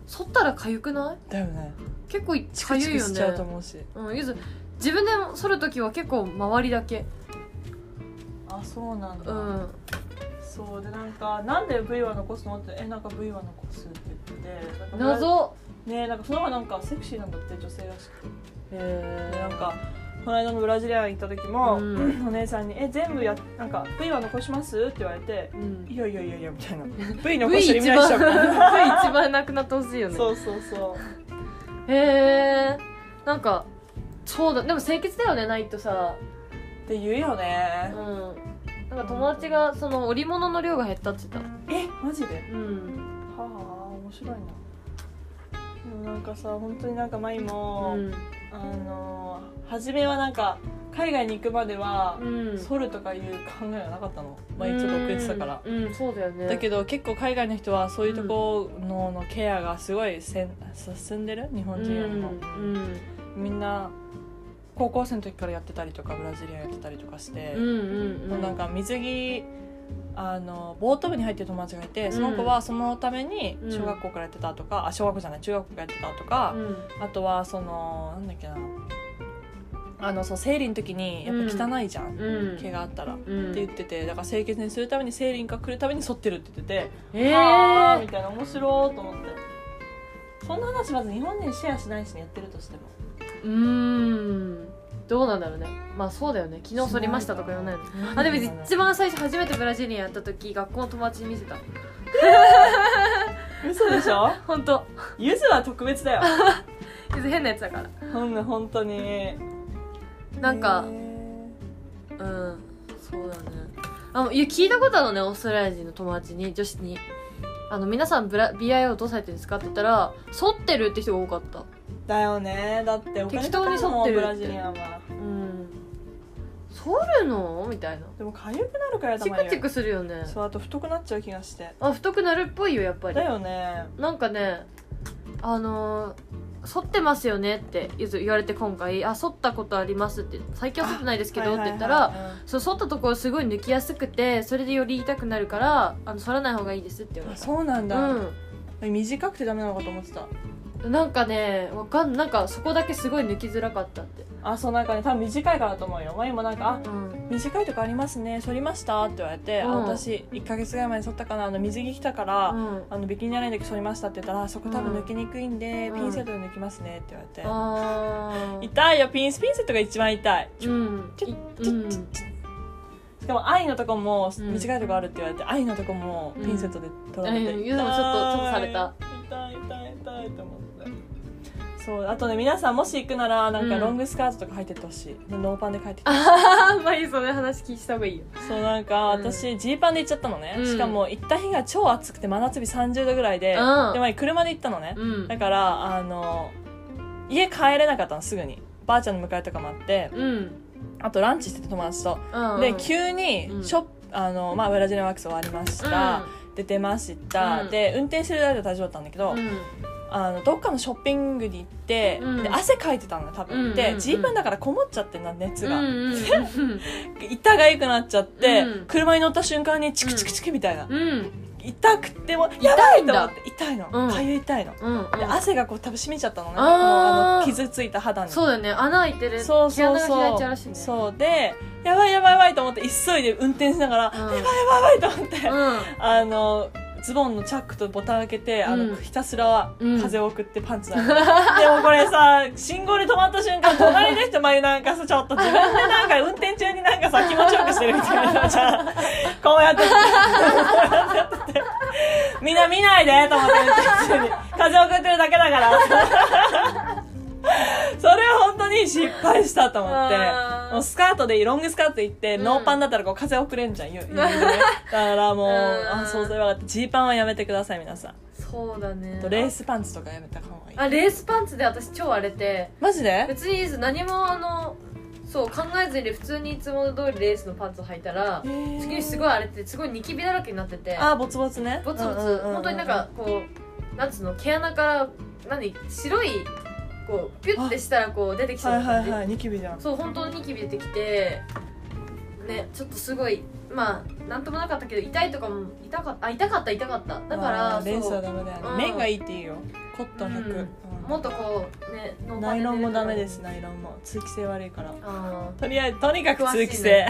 そったら痒くない
だよね
結構
チク
痒
チ
い
ク
よ
しちゃうと
ね
思うし
うんゆず自分で剃る時は結構周りだけ
あそうなん
うん
そうでなんかなんで V は残すのってえなんか V は残すって言ってなんか
謎
ねなんかその方がなんかセクシーなんだって女性らしくてで
へ
なんかこの間のブラジリアン行った時も、
うん
[CLEARS THROAT] お姉さんに「え全部やなんか V は残します?」って言われて
う
「
ん
いやいやいやいや」みたいな「V 残
V
してる意
一
味ない
番 [LAUGHS] V
でしょ」みたいな
一番なくなってほしいよね
そうそうそう
へえなんかそうだでも清潔だよねないとさ
って言うよ
う
ね
んなんか友達がその織物の量が減ったって言って
えマジで
たうん
はあ面白いなでもなんかさ本当になんか舞
う
も、
ん
あのー初めはなんか海外に行くまでは、
うん
ソルとかいう考えはなかったの舞ちょっと遅れてたから、
うんうんそうだよね
だけど結構海外の人はそういうとこの,、のケアがすごいせん進んでる日
う
本
ん
人よりも、
うん
みんな高校生の時からやってたりとかブラジリアンやってたりとかして、
うんうん
も
う
うんなんか水着あのボート部に入ってる友達がいてその子はそのために
うん
小学校からやってたとか、あ小学校じゃない中学校からやってたとか
う、ん
あとはそのなんだっけなあのそう生理の時にやっぱ汚いじゃん、
うん
毛があったら。っ
うん
て言っててだから清潔にするために生理が来るために剃ってるって言ってて
ええ
はあみたいな面白いと思ってそんな話まず日本人シェアしないしねやってるとしても
うーんどうなんだろうねまあそうだよね昨日剃りましたとか言わないのあでも一番最初初めてブラジリアンやった時学校の友達に見せた
嘘でしょ
本 [LAUGHS] 当
ゆずは特別だよ
変なやつだから
ほんの本当に
なんかうんそうだねあいや聞いたことあるのねオーストラリア人の友達に女子に「あの皆さんブラ BIO どうされてるんですか?」って言ったら「剃ってる」って人が多かった
だよねだってお金
適当に剃ってる
かかるもんブラジリアンは
うん取るのみたいな
でも痒くなるからやだ
チ
眉
クチクするよね
そうあと太くなっちゃう気がして
あ太くなるっぽいよやっぱり
だよね
なんかねあのー剃ってますよねってゆず言われて今回「あ剃ったことあります」って「最近は剃ってないですけど」って言ったら、
はいはいはいうん
そう剃ったところすごい抜きやすくてそれでより痛くなるからあの剃らない方がいいですって言わ
あ
れた
そうなんだ、
う
短くてダメなのかと思ってた
んなんかねわかんなんかそこだけすごい抜きづらかったって、
あそうなんかね多分短いからだと思うよ眉もなんか「あ
うん、
短いとこありますね剃りました」って言われて「あ
うん
私1か月ぐらい前に剃ったかなあの水着着たから、
うん
あのビキニじゃないんだけど剃りました」って言ったらあ「そこ多分抜きにくいんで、
うん
ピンセットで抜きますね」って言われて、
あー
痛いよピンスピンセットが一番痛い
うん
ちょ
い
ち
う
ょ
ん
ちょちょしかも愛のとこも
うん
短いとこあるって言われて、愛のとこもピンセットで取られて、
うんうん
痛い
ゆずもちょっとちょっとされた
痛い痛い痛いと思ってそうあとね皆さんもし行くならなんか
うん
ロングスカートとか入ってってほしい、ノーパンで帰ってきて
あんまりその話聞いた方がいいよ
そうなんか
うん
私ジーパンで行っちゃったのね、
うん
しかも行った日が超暑くて真夏日30度ぐらいで、
うん
で前車で行ったのね、
うん
だからあの家帰れなかったのすぐにばあちゃんの迎えとかもあって
うん
あとランチしてて友達と、
うん
で急に
うん
ショップ、あのまあ、ブラジルワックス終わりました、で出ました、
うん
で運転してる間は大丈夫だったんだけど、
うんうん
あのどっかのショッピングに行って、
うん
で汗かいてたのよ多分、
うんうんうん
でジーパンだからこもっちゃってんな熱が、
うんうん
痛がゆくなっちゃって、
うん
車に乗った瞬間にチクチクチクみたいな、
うん
痛くてもや
痛
ば
い
い
ん
と思
だ
って痛いの
うん
かゆ、い痛いの、
うん
で汗がこう多分染みちゃったのね
あー
もうあの傷ついた肌に
そうだよね穴開いてる
そうそう
毛穴が開いちゃう
そ
ら
う
しいね
そうでやばいやばいやばいと思って急いで運転しながら、
うん
やばいやばいやばいと [LAUGHS] 思って、
うん
あのズボンのチャックとボタン開けて、あ
うん
のひたすら
うん
風を送ってパンツなの、
[LAUGHS]
でもこれさ信号で止まった瞬間隣でして前なんかさちょっと自分でなんか運転中になんかさ気持ちよくしてるみたいなじゃ
[LAUGHS]
あこうやってこ [LAUGHS] うやってやっててみんな見ないでと思って運転中に風送ってるだけだから
[LAUGHS]
それは本当に失敗したと思って
あー
もうスカートでロングスカート行って、
うん
ノーパンだったらこう風送れんじゃ
[LAUGHS]
んゆゆだからもう、
うん
あ想像よかったジーパンはやめてください皆さん
そうだね
あとレースパンツとかやめた方がいい
あレースパンツで私超荒れて
マジで
[LAUGHS] 別にいいです何もあのそう考えずに普通にいつも通りレースのパンツを履いたら次にすごい荒れてすごいニキビだらけになってて
あーボツボツね
ボツボ
ううう
ツ
うう
本当になんかこうなんつうの毛穴から何白いこうピュッてしたらこう出てきそう
は
ない
はい
感
はいニキビじゃん
じそう本当にニキビ出てきてねちょっとすごいまあなんともなかったけど痛いとかも痛かったあ痛かった痛かっただか
あ
ら
ーレース
そ
は
う
ダメだよね、
うん
面がいいっていいよコットン100、
うん
うん
もっとこうねノーパ
ナ
で寝
イ
る
ロンも
とか
ダメですナイロンも通気性悪いから
あー
とりあえずとにかく通
詳
気
しい
性
[LAUGHS] ね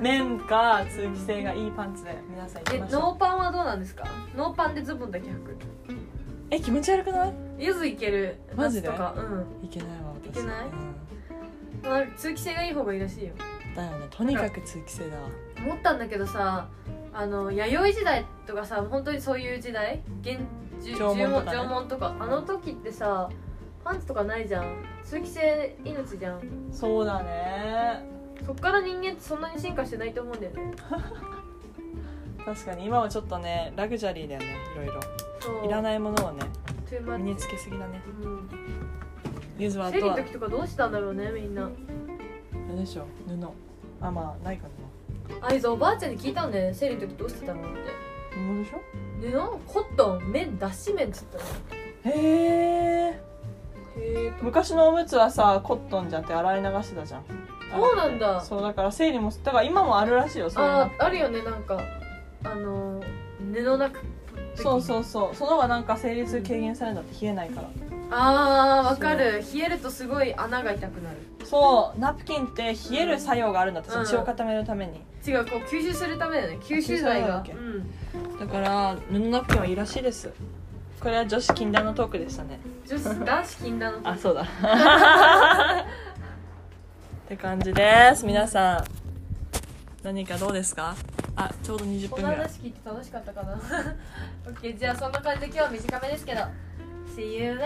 面か通気性がいいパンツで皆さん行
え
きましょう
ノーパンはどうなんですかノーパンでズボンだけ履く
え気持ち悪くない
ゆずいける
マジで
夏とかうん
いけないわ私
いけない
うん
まあ通気性がいい方がいいらしいよ
だよねとにかく通気性だわ
思ったんだけどさあの弥生時代とかさ本当にそういう時代現じゅ
縄文とかね
縄文とかあの時ってさパンツとかないじゃん通気性命じゃん
そうだね
そっから人間ってそんなに進化してないと思うんだよね
確かに今はちょっとねラグジュアリーだよねいろいろ
そう
いら
い
ないものをね
トゥーマッチ
身につけすぎだね
うん
ゆずはあ
生
と
理の
は
時とかどうしたんだろうねみんな
あれでしょ布あまあないか
あいつおばあちゃんに聞いたんだよね生理の時どうしてたのって
な布でしょ
布コットン綿脱脂綿っつったの
へえ
へえ
昔のおむつはさコットンじゃんって洗い流してたじゃん
そうなんだ
そうだから生理もだから今もあるらしいよそういう
あ
の
ーあるよねなんかあのー布なく
そうそうそうその方がなんか生理痛軽減されるんだって冷えないから
あーわかる冷えるとすごい穴が痛くなる
そうナプキンって冷える作用があるんだって、
うん
血を固めるために
違うこう吸収するためだよね吸収剤が
吸収剤
う
なんだから布ナプキンはいいらしいですこれは女子禁断のトークでしたね
女子男子禁断の
あそうだ [LAUGHS] って感じです皆さん何かどうですかあちょうど20
こ
分
の
ぐらい
話聞いて楽しかったかな OK じゃあそんな感じで今日は短めですけど See you later!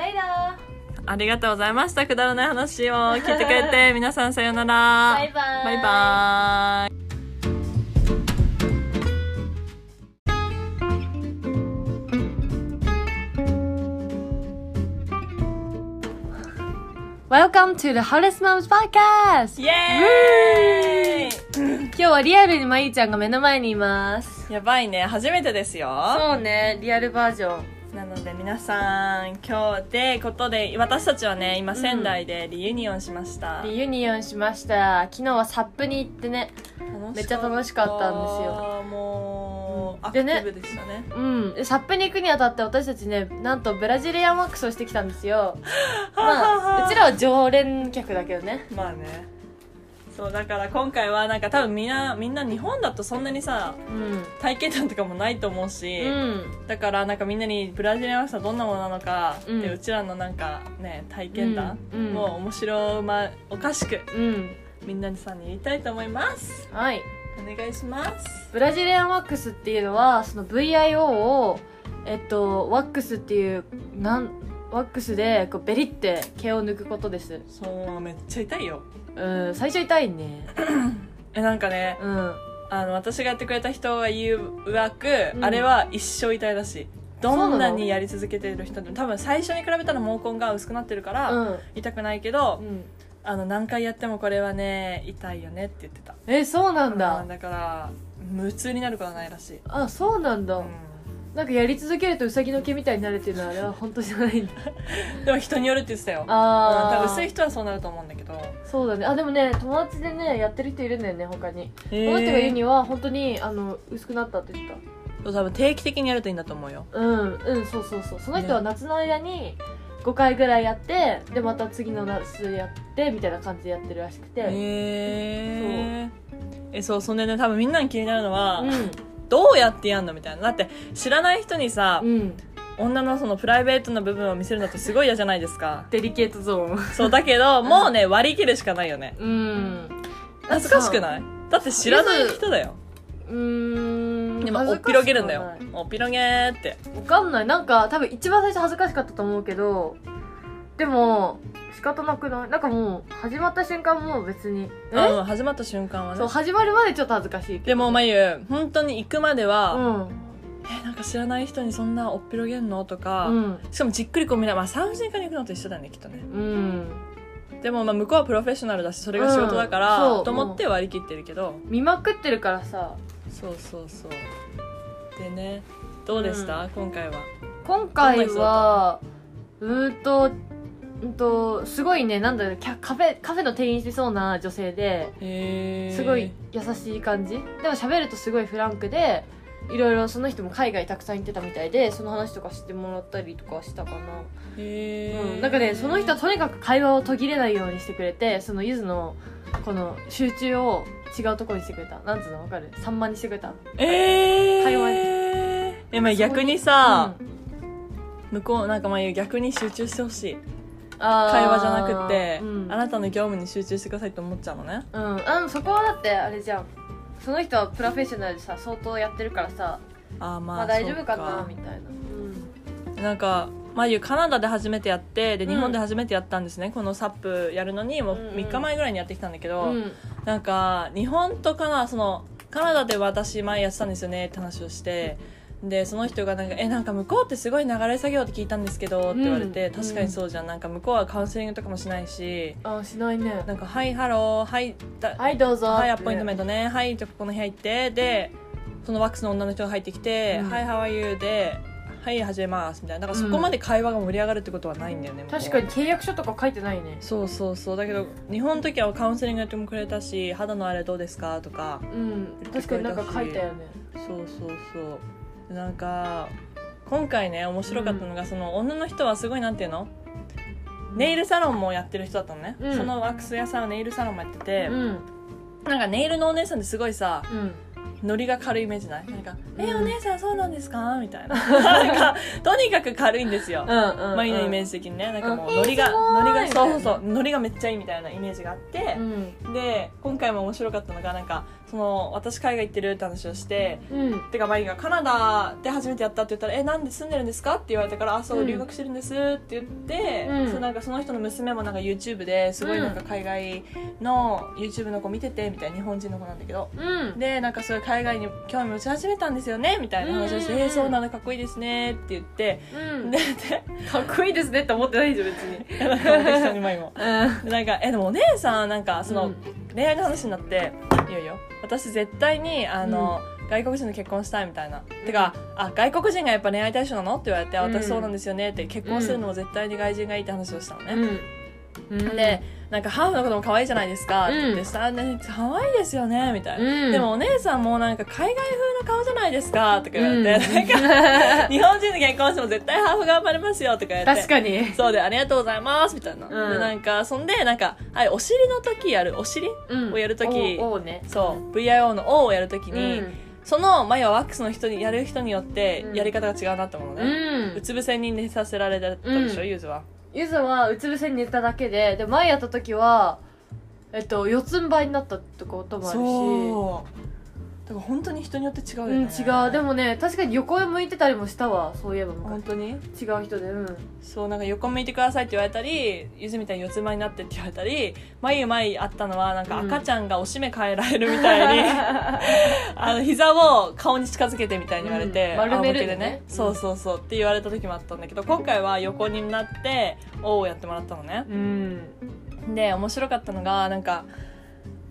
ありがとうございましたくだらない話を聞いてくれて皆さんさようなら
バイバイ
バイバイ
Welcome to the Hottest Moms Podcast!
イエー
今日はリアルにまゆちゃんが目の前にいます。
イやばいね初めてですよ
そうね、リアルバージョン。
なので皆さん今日でことで私たちはね今仙台でリユニオンしました、
リユニオンしました。昨日はサップに行ってね。
楽しかった
めっちゃ楽しかったんですよ
もう
う
ア
ん
ク
で
テ
ね
ィブでしたね
うん。でサップに行くにあたって私たちね、なんとブラジリアンワックスをしてきたんです [LAUGHS] よ。まあ、うちらは常連客だけどね。
まあねそうだから今回はなんか多分みんなみんな日本だとそんなにさ
うん。
体験談とかもないと思うし、
うん。
だからなんかみんなにブラジルアンサーどんなものなのか、
うん
でうちらのなんかね体験談
うんうん
もう面白まおかしく
うん。
みんなにさんに言いたいと思います
はい。
お願いします
ブラジリアンワックスっていうのはその VIO をえっとワックスっていうなんワックスでこうベリって毛を抜くことです
そうめっちゃ痛いよ
うん最初痛いね
えなんかね
うん
あの私がやってくれた人が言うわく、
うん
あれは一生痛いらしい
なの
どんなにやり続けている人でも多分最初に比べたら毛根が薄くなってるから、
うん、
痛くないけど、
うん、
あの何回やってもこれはね痛いよねって言ってた
えそうなん
う
だ
んだから無痛になることはないらしい、
あそうなんだ、なんかやり続けるとウサギの毛みたいになるっていうのはあれ
[LAUGHS]
は本当じゃないんだ
うんでも人によるって言ってたようん
ああ、
多分薄い人はそうなると思うんだけど
そうだねあでもね友達でねやってる人いるんだよね他に、
え
この人が言うには本当にあの薄くなったって言ってた
多分定期的にやるといいんだと思うよ
うんうんそうそうそうその人は
ね
夏の間に5回ぐらいやってでまた次の夏やってみたいな感じでやってるらしくて、
へええそうそんでね多分みんなに気になるのは、
う
どうやってやんのみたいなだって知らない人にさ
ん、うん、
女のそのプライベートな部分を見せるのってすごい嫌じゃないで
[LAUGHS]
すか
デリケートゾーン
そうだけどもうね割り切るしかないよね
うん
恥ずかしく
い
ないだって知らない人だよ
うーん
でも
恥
お
ず
っ
かしく
ぴ
は
ろげるんだよ
ない
おっぴろげーって
わかんないなんか多分一番最初恥ずかしかったと思うけどでも仕方なくないなんかもう始まった瞬間もう別にえ、
うん始まった瞬間は
そう
ね
始まるまでちょっと恥ずかしいけ
でもまゆ本当に行くまでは、
どうん
えなんか知らない人にそんなおっぴろげんのとか、
うん
しかもじっくりこう見ない、まあ、産婦人科に行くのと一緒だねきっとね
うん
でもまあ向こうはプロフェッショナルだしそれが仕事だから、
うんそう
と思って割り切ってるけど、
見まくってるからさ
そうそうそうでねどうでした、今回は
今回はうーんとうんとすごいねなんだろうキャカフェカフェの店員してそうな女性で
へ
すごい優しい感じでも喋るとすごいフランクでいろいろその人も海外たくさん行ってたみたいでその話とかしてもらったりとかしたかな、
へ
うん、なんかねその人はとにかく会話を途切れないようにしてくれてそのゆずのこの集中を違うところにしてくれたなんつうのわかる散漫にしてくれた
えー、
会話
えまあ逆にさ、向こうなんかまあ逆に集中してほしい会
会
話じゃなくて、
うん
あなたの業務に集中してくださいって思っちゃうのね
うんあのそこはだってあれじゃんその人はプロフェッショナルでさ相当やってるからさ
あーまあ、
まあ大丈夫か
そう
なみたいなうん
なんかまゆカナダで初めてやってで
うん
日本で初めてやったんですね、このサップやるのにもう
うんうん
3日前ぐらいにやってきたんだけど、
うん
なんか日本とカナダそのカナダで私前やってたんですよねって話をしてでその人がなんか「えなんか向こうってすごい流れ作業って聞いたんですけど」って言われて、
うん
確かにそうじゃんなんか向こうはカウンセリングとかもしないし
あしないね
なんか「はいハローはいだ
はいどうぞ
はい、アポイントメン
ト
トね。はい、じゃあここの部屋行って。で、そのワックスの女の人が入ってきて、
うん
はい、how are you? で、はい、始めます。みたいな。だからそこまで会話が盛り上がるってことはないんだよね。向こうは
確かに。契約書とか書いてないね
そうそうそう。だけど、日本の時はカウンセリングやってもくれたし、肌のあれどうですかとか。
うん確かになんか書いたよね
そうそうそう。でなんか、今回ね、面白かったのが、その女の人はすごい、なんていうのネイルサロンもやってる人だったのね。
うん
そのワックス屋さんはネイルサロンもやってて、
うん
なんかネイルのお姉さんってすごいさ、
うん
ノリが軽いイメージないなんか「
う
え
ん
お姉さんそうなんですか?」
[LAUGHS]
みたいななんかとにかく軽いんですよ、
うんうん
マリのイメー
ジ
ジ的にねなんかもう
うん
ノリが、
えーすごい
ノリが
みたい
そ
な
うそうノリがめっちゃいいみたいなイメージがあって
う、ん
で今回も面白かったのがなんかその私海外行ってるって話をして
うん
てかマリがカナダで初めてやったって言ったら「えなんで住んでるんですか?」って言われたから「あそう、
うん
留学してるんです」って言って、
うん
そうなんかその人の娘もなんか YouTube ですごいなんか海外の YouTube の子見ててみたいな日本人の子なんだけど
うん
でなんかそういう海海外に興味持ち始めたんですよねみたいな話をして
う
「
んうんうん
えーそうなんだかっこいいですね」って言って
うん
で [LAUGHS]
かっこいいですねって思ってないでしょ別に
でなんかお客さんに前も
うん
でなんかえでもお姉さんなんかその、
うん
恋愛の話になっていよいよ私絶対にあの、外国人と結婚したいみたいな、てかあ外国人がやっぱ恋愛対象なのって言われて、あ
う
私
ん
そうなんですよねって結婚するのも絶対に外人がいいって話をしたのね、
うん
でなんかハーフのことも可愛いじゃないですかって言っ
うん
てさ、ね、可愛いですよねみたいな、
うん
でもお姉さんもなんか海外風の顔じゃないですかとか言われて、なんか
[LAUGHS] か
日本人で結婚しても絶対ハーフ頑張れますよとか言って
確かに
そうでありがとうございますみたいな、
うん
でなんかそんでなんかはいお尻の時やるお尻
うん
をやるとき
おおね
そう VIO の O をやるときに、
うん
その前はワックスの人にやる人によって
うん
やり方が違うなって思うの
う
ね、うんつ伏せに寝させられたでしょ、
うん
ゆずは
ゆずはうつ伏せに寝ただけでで前やった時はえっと四つん這いになったってこともあるし
うだから本当に人によって違うよ
う
ね、
ん違うでもね確かに横へ向いてたりもしたわそういえば昔
本当に
違う人でうん
そうなんか横向いてくださいって言われたりゆずみたいに四つ前になってって言われたり眉前あったのはなんか
うん
赤ちゃんがおしめ変えられるみた
[LAUGHS]
いに、あの膝を顔に近づけてみたいに言われて、
うん丸める
仰向けで
ねうん
そうそうそうって言われた時もあったんだけど今回は横になって「お」をやってもらったのね
[LAUGHS] うん
で面白かったのがなんか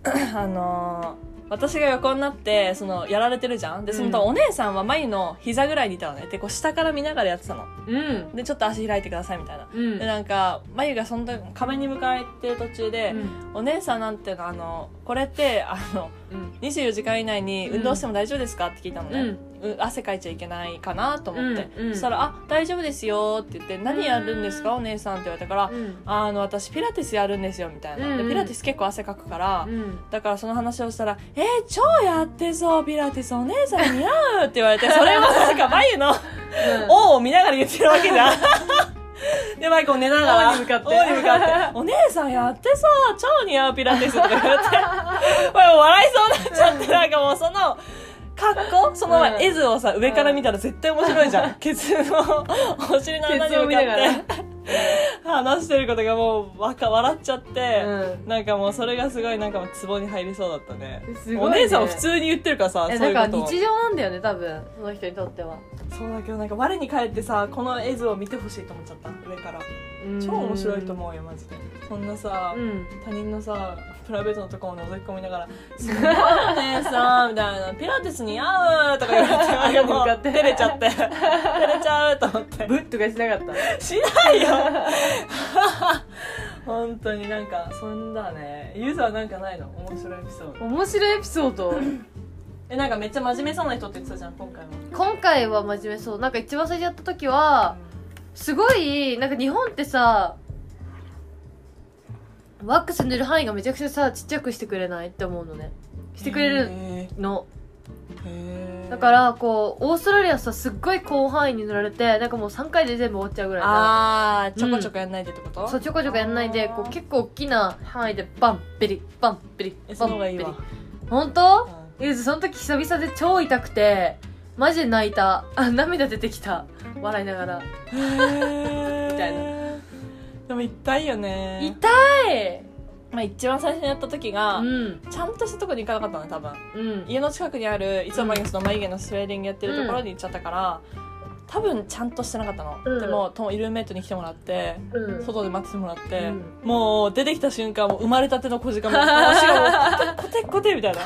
[CLEARS THROAT] あのー私が横になってそのやられてるじゃんでその、
うん
お姉さんは眉の膝ぐらいにいたのねでこう下から見ながらやってたの
うん
でちょっと足開いてくださいみたいな
うん
でなんか眉がその時壁に向かえてる途中で、
うん
お姉さんなんていうのあのこれってあの
うん
24時間以内に運動しても大丈夫ですかって聞いたのね、う汗かいちゃいけないかなと思って、
うんうん
そしたら「あ大丈夫ですよ」って言って「何やるんですかお姉さん」って言われたから「
うん
あの私ピラティスやるんですよ」みたいな、
うんうん
でピラティス結構汗かくから、
うん
だからその話をしたら「えー、超やってそうピラティスお姉さん似合う」って言われてそれをなんか眉の「 [LAUGHS] お」を見ながら言ってるわけ
[LAUGHS]
じゃん。で、マイクを寝ながら、
王に向かって
王に向かって [LAUGHS] お姉さんやってさ、超似合うピラティスとか言って、 [LAUGHS] これ笑いそうになっちゃって、なんかもうその、格好その
うん
絵図をさ、上から見たら絶対面白いじゃん。ケツのお尻の穴に向かっ
ケツを見ながら
て、話してることがもう、わか、笑っちゃって、
う
なんかもうそれがすごいなんかもうツボに入りそうだったね。
んすごいね
お姉さんは普通に言ってるからさ、
え
そういう
な
こ
ん
と
か
を
日常なんだよね多分その人にとっては
そうだけどなんか我に返ってさこの絵図を見てほしいと思っちゃった上から超面白いと思うよマジでそんなさ、
うん
他人のさプライベートのところを覗き込みながら「すごいねさ」みたいな「ピラティス似合う」とか言われてなんか
[LAUGHS]
も
向かっ
う
て
照れちゃって照れちゃうと思って
ブッとかしなかった
しないよ [LAUGHS] 本当になんかそんだねユーザーなんかないの面白いエピソード
面白いエピソード
えなんかめっちゃ真面目そうな人って言ってたじゃん今回も
今回は真面目そうなんか一番最初やった時はすごいなんか日本ってさワックス塗る範囲がめちゃくちゃさちっちゃくしてくれないって思うのねしてくれる
へ
の
ーへー
だからこうオーストラリアさすっごい広範囲に塗られてなんかもう3回で全部終わっちゃうぐらいな
あーちょこちょこやんないでってこと、
そうちょこちょこやんないでこう結構大きな範囲でバンペリバンペリ
え
バ
その
ンペ
方がい
リ
いわ、
本当
うん
ゆずその時久々で超痛くてマジで泣いたあ涙出てきた笑いながらみたい
なでも痛いよね
痛い
まあ、一番最初にやった時が、
うん
ちゃんとしたとこに行かなかったの多分
うん
家の近くにあるいつも毎日の眉毛のスウェーディングやってるところに行っちゃったから、多分ちゃんとしてなかったの、
うん
でもとイルメイトに来てもらって
うん
外で待っててもらって、
うん
もう出てきた瞬間もう生まれたての小
[LAUGHS]
鹿も足がもうコテコテコテみたいな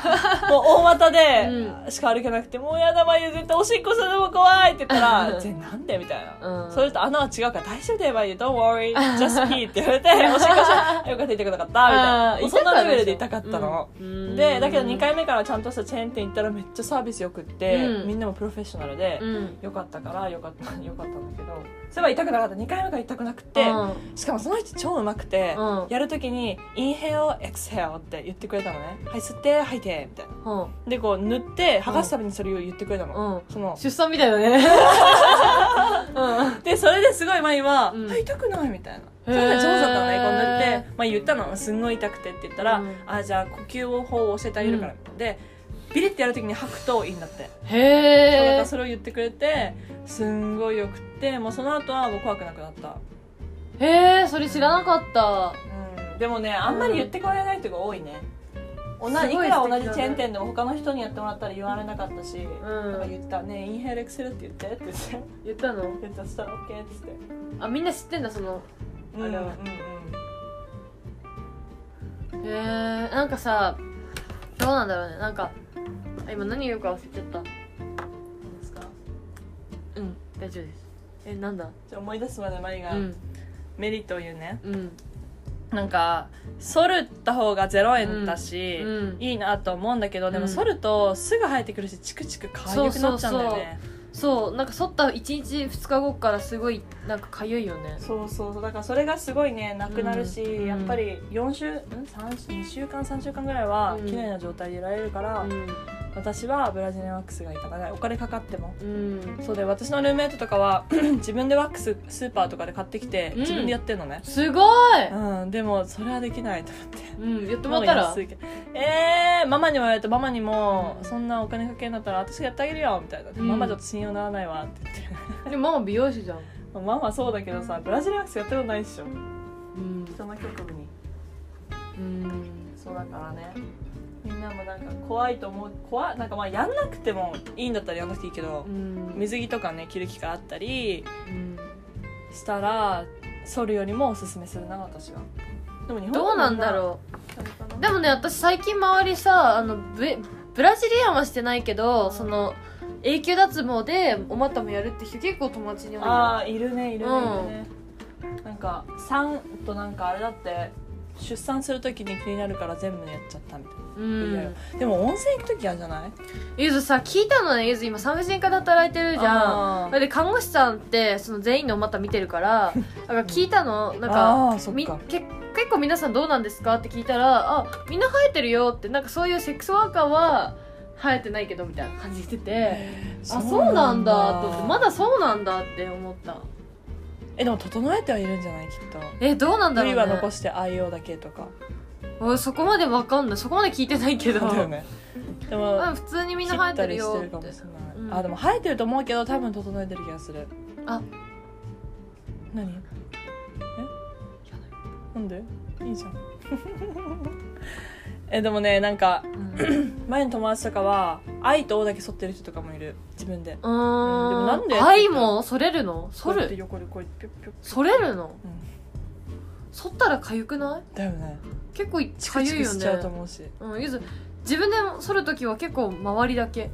もう大股でしか歩けなくて「もうやだ眉絶対おしっこするのも怖い」って言ったら
うん
「ぜなんで?」みたいな。
うん
それと穴は違うから大丈夫だよ、眉 Don't
[LAUGHS]
worry, just pee って言われて、おしっこした。よかった、痛くなかった、みたいな。もうそんなレベルで痛かったの。、
うん
で、だけど2回目からちゃんとしたチェーン店行ったらめっちゃサービスよくって、
うん
みんなもプロフェッショナルで、
うん
よかったから、よかった、よかったんだけど、そういえば痛くなかった、2回目から痛くなくて、
うん
しかもその人超うまくて、
うん
やるときに「インヘルエクセル」って言ってくれたのね「はい吸って吐いて」みたいな
うん
でこう塗って剥がすためにそれを言ってくれたの、
うん
その
出産みたいだ
[LAUGHS]
ねうん
でそれですごい前は「
うん
あ痛くない」みたいな
へ
そ
ー
れが上手だったのねこう塗って、まあ、言ったのすんごい痛くてって言ったら「
うん
あじゃあ呼吸法を教えてあげるから」みたいなでビリってやるときに吐くといいんだって
へ
そうだから
え
それを言ってくれてすんごいよくってもうその後はもう怖くなくなった、
へえそれ知らなかった
うん、でもねあんまり言ってくれない人が多いね同
すごい素敵
じいく
だ
ら
ね
同じチェーン店でも他の人にやってもらったら言われなかったし、
ん
なんか言った「ねえインヘルエクセルって言って」って言って [LAUGHS]
言ったの
言ったそしたら OK っつって
あみんな知ってんだその
うん
あ
うん
れ
う
は
ん
へえなんかさどうなんだろうねなんかあ今何言うか忘れちゃった
何ですか
うん大丈夫ですえなんだ
じゃあ思い出すまでマリ
う
が、
ん
メリというね
うん
なんか剃るった方が0円だし、
うん
いいなと思うんだけどで
う
も
ん
剃るとすぐ生えてくるしチクチクかゆくなっちゃうんだよね
そうなんか剃った1日2日後からすごいなんか痒いよね
そうそうそうだからそれがすごいねなくなるし、
うん
やっぱり4週ん3 2週間3週間ぐらいは
うん
綺麗な状態でいられるから、
うん
私はブラジルワックスがいいかなお金かかっても
うん
そうで私のルームメイトとかは [CLEARS THROAT] 自分でワックススーパーとかで買ってきて
うん
自分でやってんのね、
すごい
うんでもそれはできないと思って
うんやってもらったら
もう安いけどえー、ママにも言われてママにも
うん
そんなお金かけるんだったら私がやってあげるよみたいな、
うん
ママちょっと信用ならないわって言って [LAUGHS]
でもママ美容師じゃん
ママそうだけどさブラジルワックスやったことないっしょ
うん
人の局部に
うん
そうだからねみんなもなんか怖いと思う怖いなんかまあやんなくてもいいんだったらやんなくていいけど
う、ん
水着とかね着る機会あったり
うん
したら剃るよりもおすすめするな私はでも日本
どうなんだろうで
も
もね私最近周りさあのブブラジリアンはしてないけど、
うん
その永久脱毛でお股もやるって人結構友達に多い
あ
な
あいるねいるね,、
うん
いるねなんか産となんかあれだって出産するときに気になるから全部やっちゃったみたいな
う
いやい
ん
やでも温泉行くときあるじゃない
ゆずさ聞いたのねゆず今産婦人科で働いてるじゃん
あ
それで看護師さんってその全員のお股見てるから
[LAUGHS]
だから聞いたのなんか
あーそっ
み
か
け結構皆さんどうなんですかって聞いたら「あみんな生えてるよ」ってなんかそういうセックスワーカーは生えてないけどみたいな感じ言っててあそうなんだと思ってまだそうなんだって思った
えでも整えてはいるんじゃないきっと
えどうなんだろ
無
う
理
ね
は残して愛用だけとか
俺そこまでわかんないそこまで聞いてない
[LAUGHS]
けど、
だよねでも
うん普通にみんな生えてるよ
切
っ
った
て
りしてるかもしれない、
うん
あでも生えてると思うけど多分整えてる気がする
あ
何えなんでいいじゃん [LAUGHS] えでもねなんか
うん
前の友達とかは愛と「お」だけ剃ってる人とかもいる自分で [LAUGHS]
うーん
でもなんで
愛もそれるの
こ
そう
やって
る
横でこうやってピュッピュッ、
それるの
うん、
剃ったら痒くない
だよね
結構痒いよね
チクチクしちゃうと思うし、
うんゆず自分で剃る時は結構周りだけ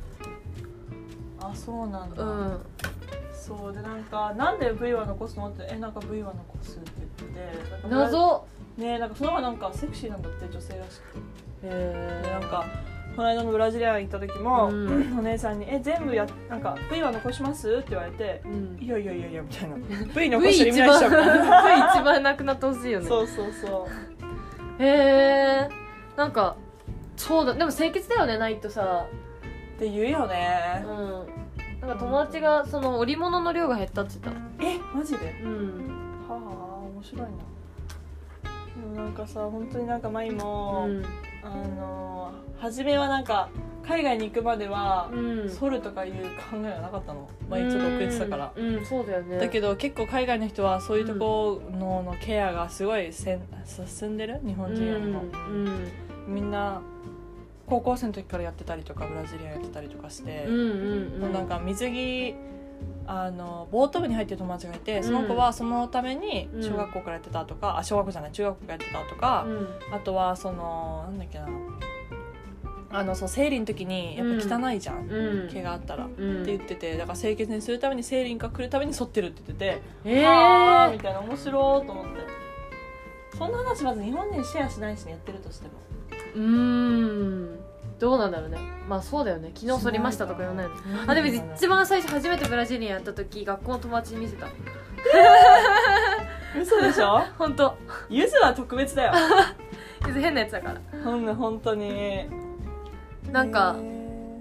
あそうなん
うん
そうでなんかなんで V は残すのってえなんか V は残すって言ってなんか
謎
ねなんかその方がなんかセクシーなんだって女性らしく
へ
てでなんかこの間のブラジリアン行った時も、
うん
お姉さんに「え全部やなんか V は残します?」って言われて
う
「
ん
いやいやいやいや」みたいな「V
[LAUGHS]
残
V
してる意
一
味ない
番 V
でしょ」みたいな
一番なくなってほしいよね
そうそうそう
へえなんかそうだでも清潔だよねないとさ
って言うよ
う
ね
んなんか友達がその織物の量が減ったって言って
えマジで
たうん
はあ面白いなでもなんかさ本当になんか舞
う
も、
ん
あのー初めはなんか海外に行くまでは、
うん
ソルとかいう考えはなかったの毎ちょっと遅れてたから
うんうんそうだよね
だけど結構海外の人はそういうとこののケアがすごいせん進んでる日
う
本
ん
人よりも、
うん
みんな高校生の時からやってたりとかブラジリアンやってたりとかして、
うんうん
もうなんか水着あのボート部に入ってる友達がいてその子はそのために
うん
小学校からやってたとか、あ小学校じゃない中学校からやってたとか
う、ん
あとはそのなんだっけなあのそう生理の時にやっぱ汚いじゃん、
うん
毛があったら。
うん
って言っててだから清潔にするために生理が来るために剃ってるって言ってて
ええ
はあみたいな面白いと思ってそんな話まず日本人シェアしないしねやってるとしても
うーんどうなんだろうねまあそうだよね昨日剃りましたとか言わないのあでも一番最初初めてブラジリアンやった時学校の友達に見せた
嘘でしょ
本当
ゆずは特別だよ
変なやつだから
ほんの本当に
なんかうん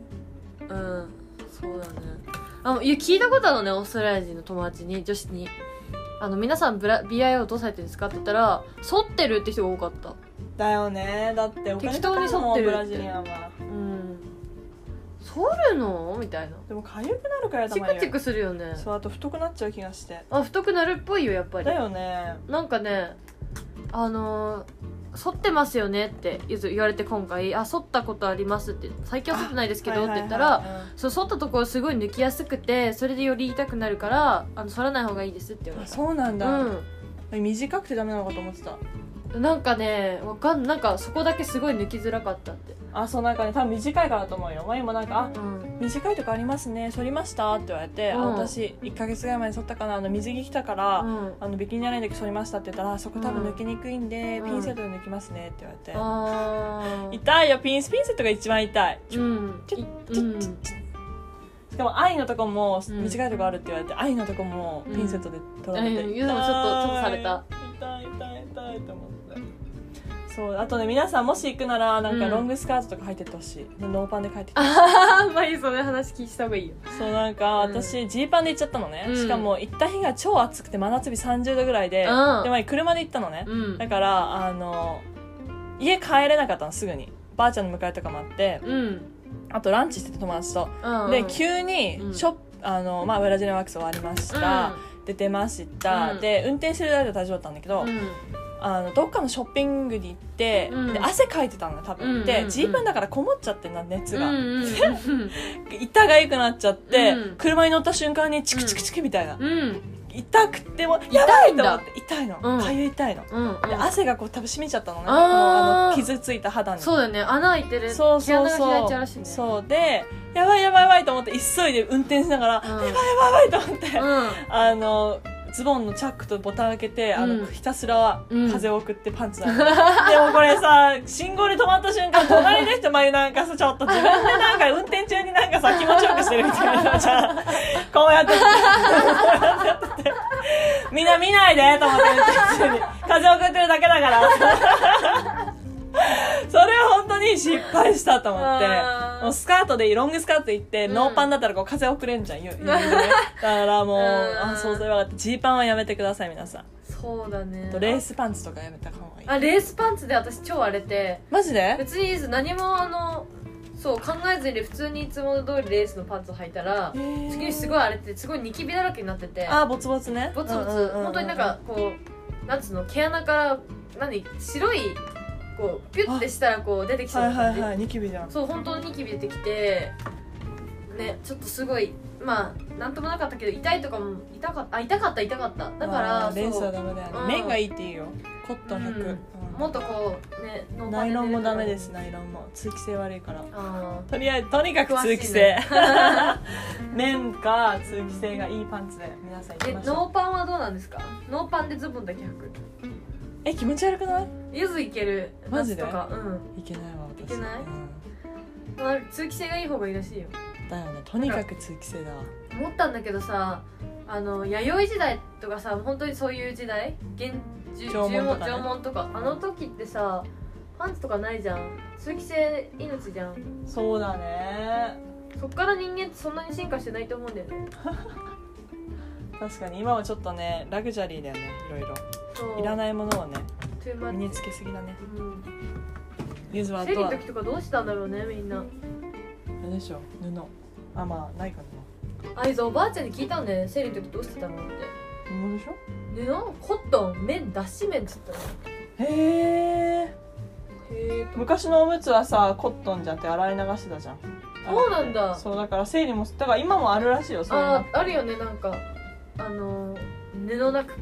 そうだねあいや聞いたことあるのねオーストラリア人の友達に女子に「あの皆さんブラ BIO どうされてるんですか?」って言ったら「剃ってる」って人が多かった
だよねだってお金
適当に剃ってる
かかもんブラジリアンは
うん剃るのみたいな
でも痒くなるからやだ
チ
まゆ
クチクするよね
そうあと太くなっちゃう気がして
あ太くなるっぽいよやっぱり
だよね
なんかねあのー剃ってますよねって言われて今回「あ剃ったことあります」って「最近は剃ってないですけど」って言ったら、そう剃ったところすごい抜きやすくてそれでより痛くなるからあの剃らない方がいいですって言わ
あ
れた
そうなんだ、
う
短くてダメなのかと思ってた
んなんかねわかんなんかそこだけすごい抜きづらかったって、
あそうなんかね多分短いからだと思うよ前もなんか「あ
うん、
短いとこありますね剃りました」って言われて「あ
うん
私1か月ぐらい前に剃ったかなあの水着着たから、
うん
あのビキニアラインだけ剃りました」って言ったらあ「そこ多分抜きにくいんで、
うん
ピンセットで抜きますね」って言われて、
あー
痛いよピンスピンセットが一番痛い
うん
ちょ
いうん
しかも愛のとこも
うん
短いとこあるって言われて、愛のとこもピンセットで取られて、
うんゆうのもちょっとちょっとされた
痛い痛い痛いと思ってそうあとね皆さんもし行くならなんか
うん
ロングスカートとか入ってってほしい、ノーパンで帰ってきて
あんまりその話聞いた方がいいよ
そうなんか
うん
私ジーパンで行っちゃったのね、
うん
しかも行った日が超暑くて真夏日30度ぐらいで、
うん
で前車で行ったのね、
うん
だからあの家帰れなかったのすぐにばあちゃんの迎えとかもあって
うん
あとランチしてて友達と、
うん
で急に
うん
ショップ、あのまあ、ブラジルワックス終わりました、で出ました、
うん
で運転してる間は大丈夫だったんだけど、
うんうん
あのどっかのショッピングに行って、
うん
で汗かいてたのよ多分、
うんうんう
で
ん
ジーパンだからこもっちゃってんな熱が、
うん
痛がゆくなっちゃって、
うん
車に乗った瞬間にチクチクチクみたいな、
うんうん
痛くてもやばい
ん
と思
だ
って痛いの
うん
かゆ、い痛いの、
うん
で汗がこう多分染みちゃったのね
あー
もうあの傷ついた肌に
そうだよね穴開いてる
そうそう
毛穴が開いちゃう
そ
ら
う
しいね
そうでやばいやばいやばいと思って急いで運転しながら、
うん
やばいやばいやばいと思って、 [LAUGHS]
うん
あのズボンのチャックとボタン開けて、あ
う
の
ん
ひたすら
うん
風を送ってパンツなの、
[LAUGHS]
でもこれさ信号で止まった瞬間隣の人前なんかさちょっと自分でなんか運転中になんかさ気持ちよくしてるみたいなじゃ
[LAUGHS]
あこうやってこうやってやっててみんな見ないでと思って運転中に風送ってるだけだからそれは本当に失敗したと思って
あー
もうスカートでロングスカート行って、
うん
ノーパンだったらこう風送れんじ
[LAUGHS]
ゃんゆゆうねだからもう、
うん
あ想像よかったジーパンはやめてください皆さん
そうだね
あとレースパンツとかやめた方がいい
あレースパンツで私超荒れて
マジで
別に何もあのそう考えずに普通にいつも通りレースのパンツを履いたら次の日すごい荒れてすごいニキビだらけになってて
あーボツボツね
ボツボツ、
うううう
本当になんかこうなんつうの毛穴から何白いこうピュッてしたらこう出てきそう
は
ない
はい
感
はいニキビじゃん
じそう本当にニキビ出てきてねちょっとすごいまあなんともなかったけど痛いとかも痛かったあ痛かった痛かっただから
あーレース
そ
は
う
ダメだよね、
うん
面がいいっていいよコットン100、
うん
うん
もっとこうねノーパ
ナ
で寝れ
イロン
る
も
とか
ダメですナイロンも通気性悪いから
あー
とりあえずとにかく通
詳し
気
い
性 [LAUGHS]
ね
面か通気性がいいパンツで皆さん行
え
きましょう
ノーパンはどうなんですかノーパンでズボンだけ履く
え気持ち悪くない
ゆずいける
マジで
夏とかうん
いけないわ私
いけない
うん
まあ通気性がいい方がいいらしいよ
だよねとにかく通気性だわ
思ったんだけどさあの弥生時代とかさ本当にそういう時代現じゅ
縄文とかね
縄文とかあの時ってさパンツとかないじゃん通気性命じゃん
そうだね
そっから人間ってそんなに進化してないと思うんだよね
確かに今はちょっとねラグジュアリーだよねいろいろ
そう
いら
い
ないものをね
トゥーマッチ
身につけすぎだね
うん
ゆずはあ
生
と
理の
は
時とかどうしたんだろうねみんな
あれでしょ布あまあないかな
あいつおばあちゃんに聞いたんだよね生理の時どうしてたのって
布でしょ
布コットン綿脱脂綿っつったの
へえ
へえ
昔のおむつはさコットンじゃんって洗い流してたじゃん
そうなんだ
そうだから生理もだから今もあるらしいよそういう
あ
の
ーあるよねなんかあの布なく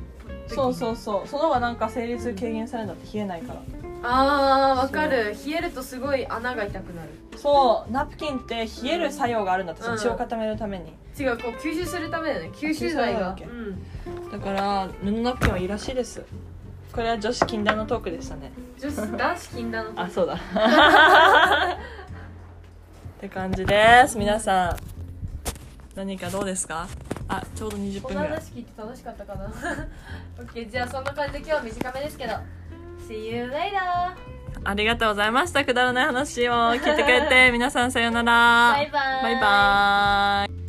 そうそうそうその方がなんか生理痛軽減されるんだって冷えないから
あーわかる冷えるとすごい穴が痛くなる
そうナプキンって冷える作用があるんだって、
うん
血を固めるために
違うこう吸収するためだよね吸収剤が
吸収剤だっけ
うん、
だから布ナプキンはいいらしいですこれは女子禁断のトークでしたね
女子男子禁断の
あそうだ [LAUGHS] って感じです皆さん何かどうですかあちょうど20
こ
分
の
ぐらい
話聞いて楽しかったかな [LAUGHS] OK じゃあそんな感じで今日は短めですけど See you later!
ありがとうございましたくだらない話を聞いてくれて皆さんさようなら
バイバイ
バイバイ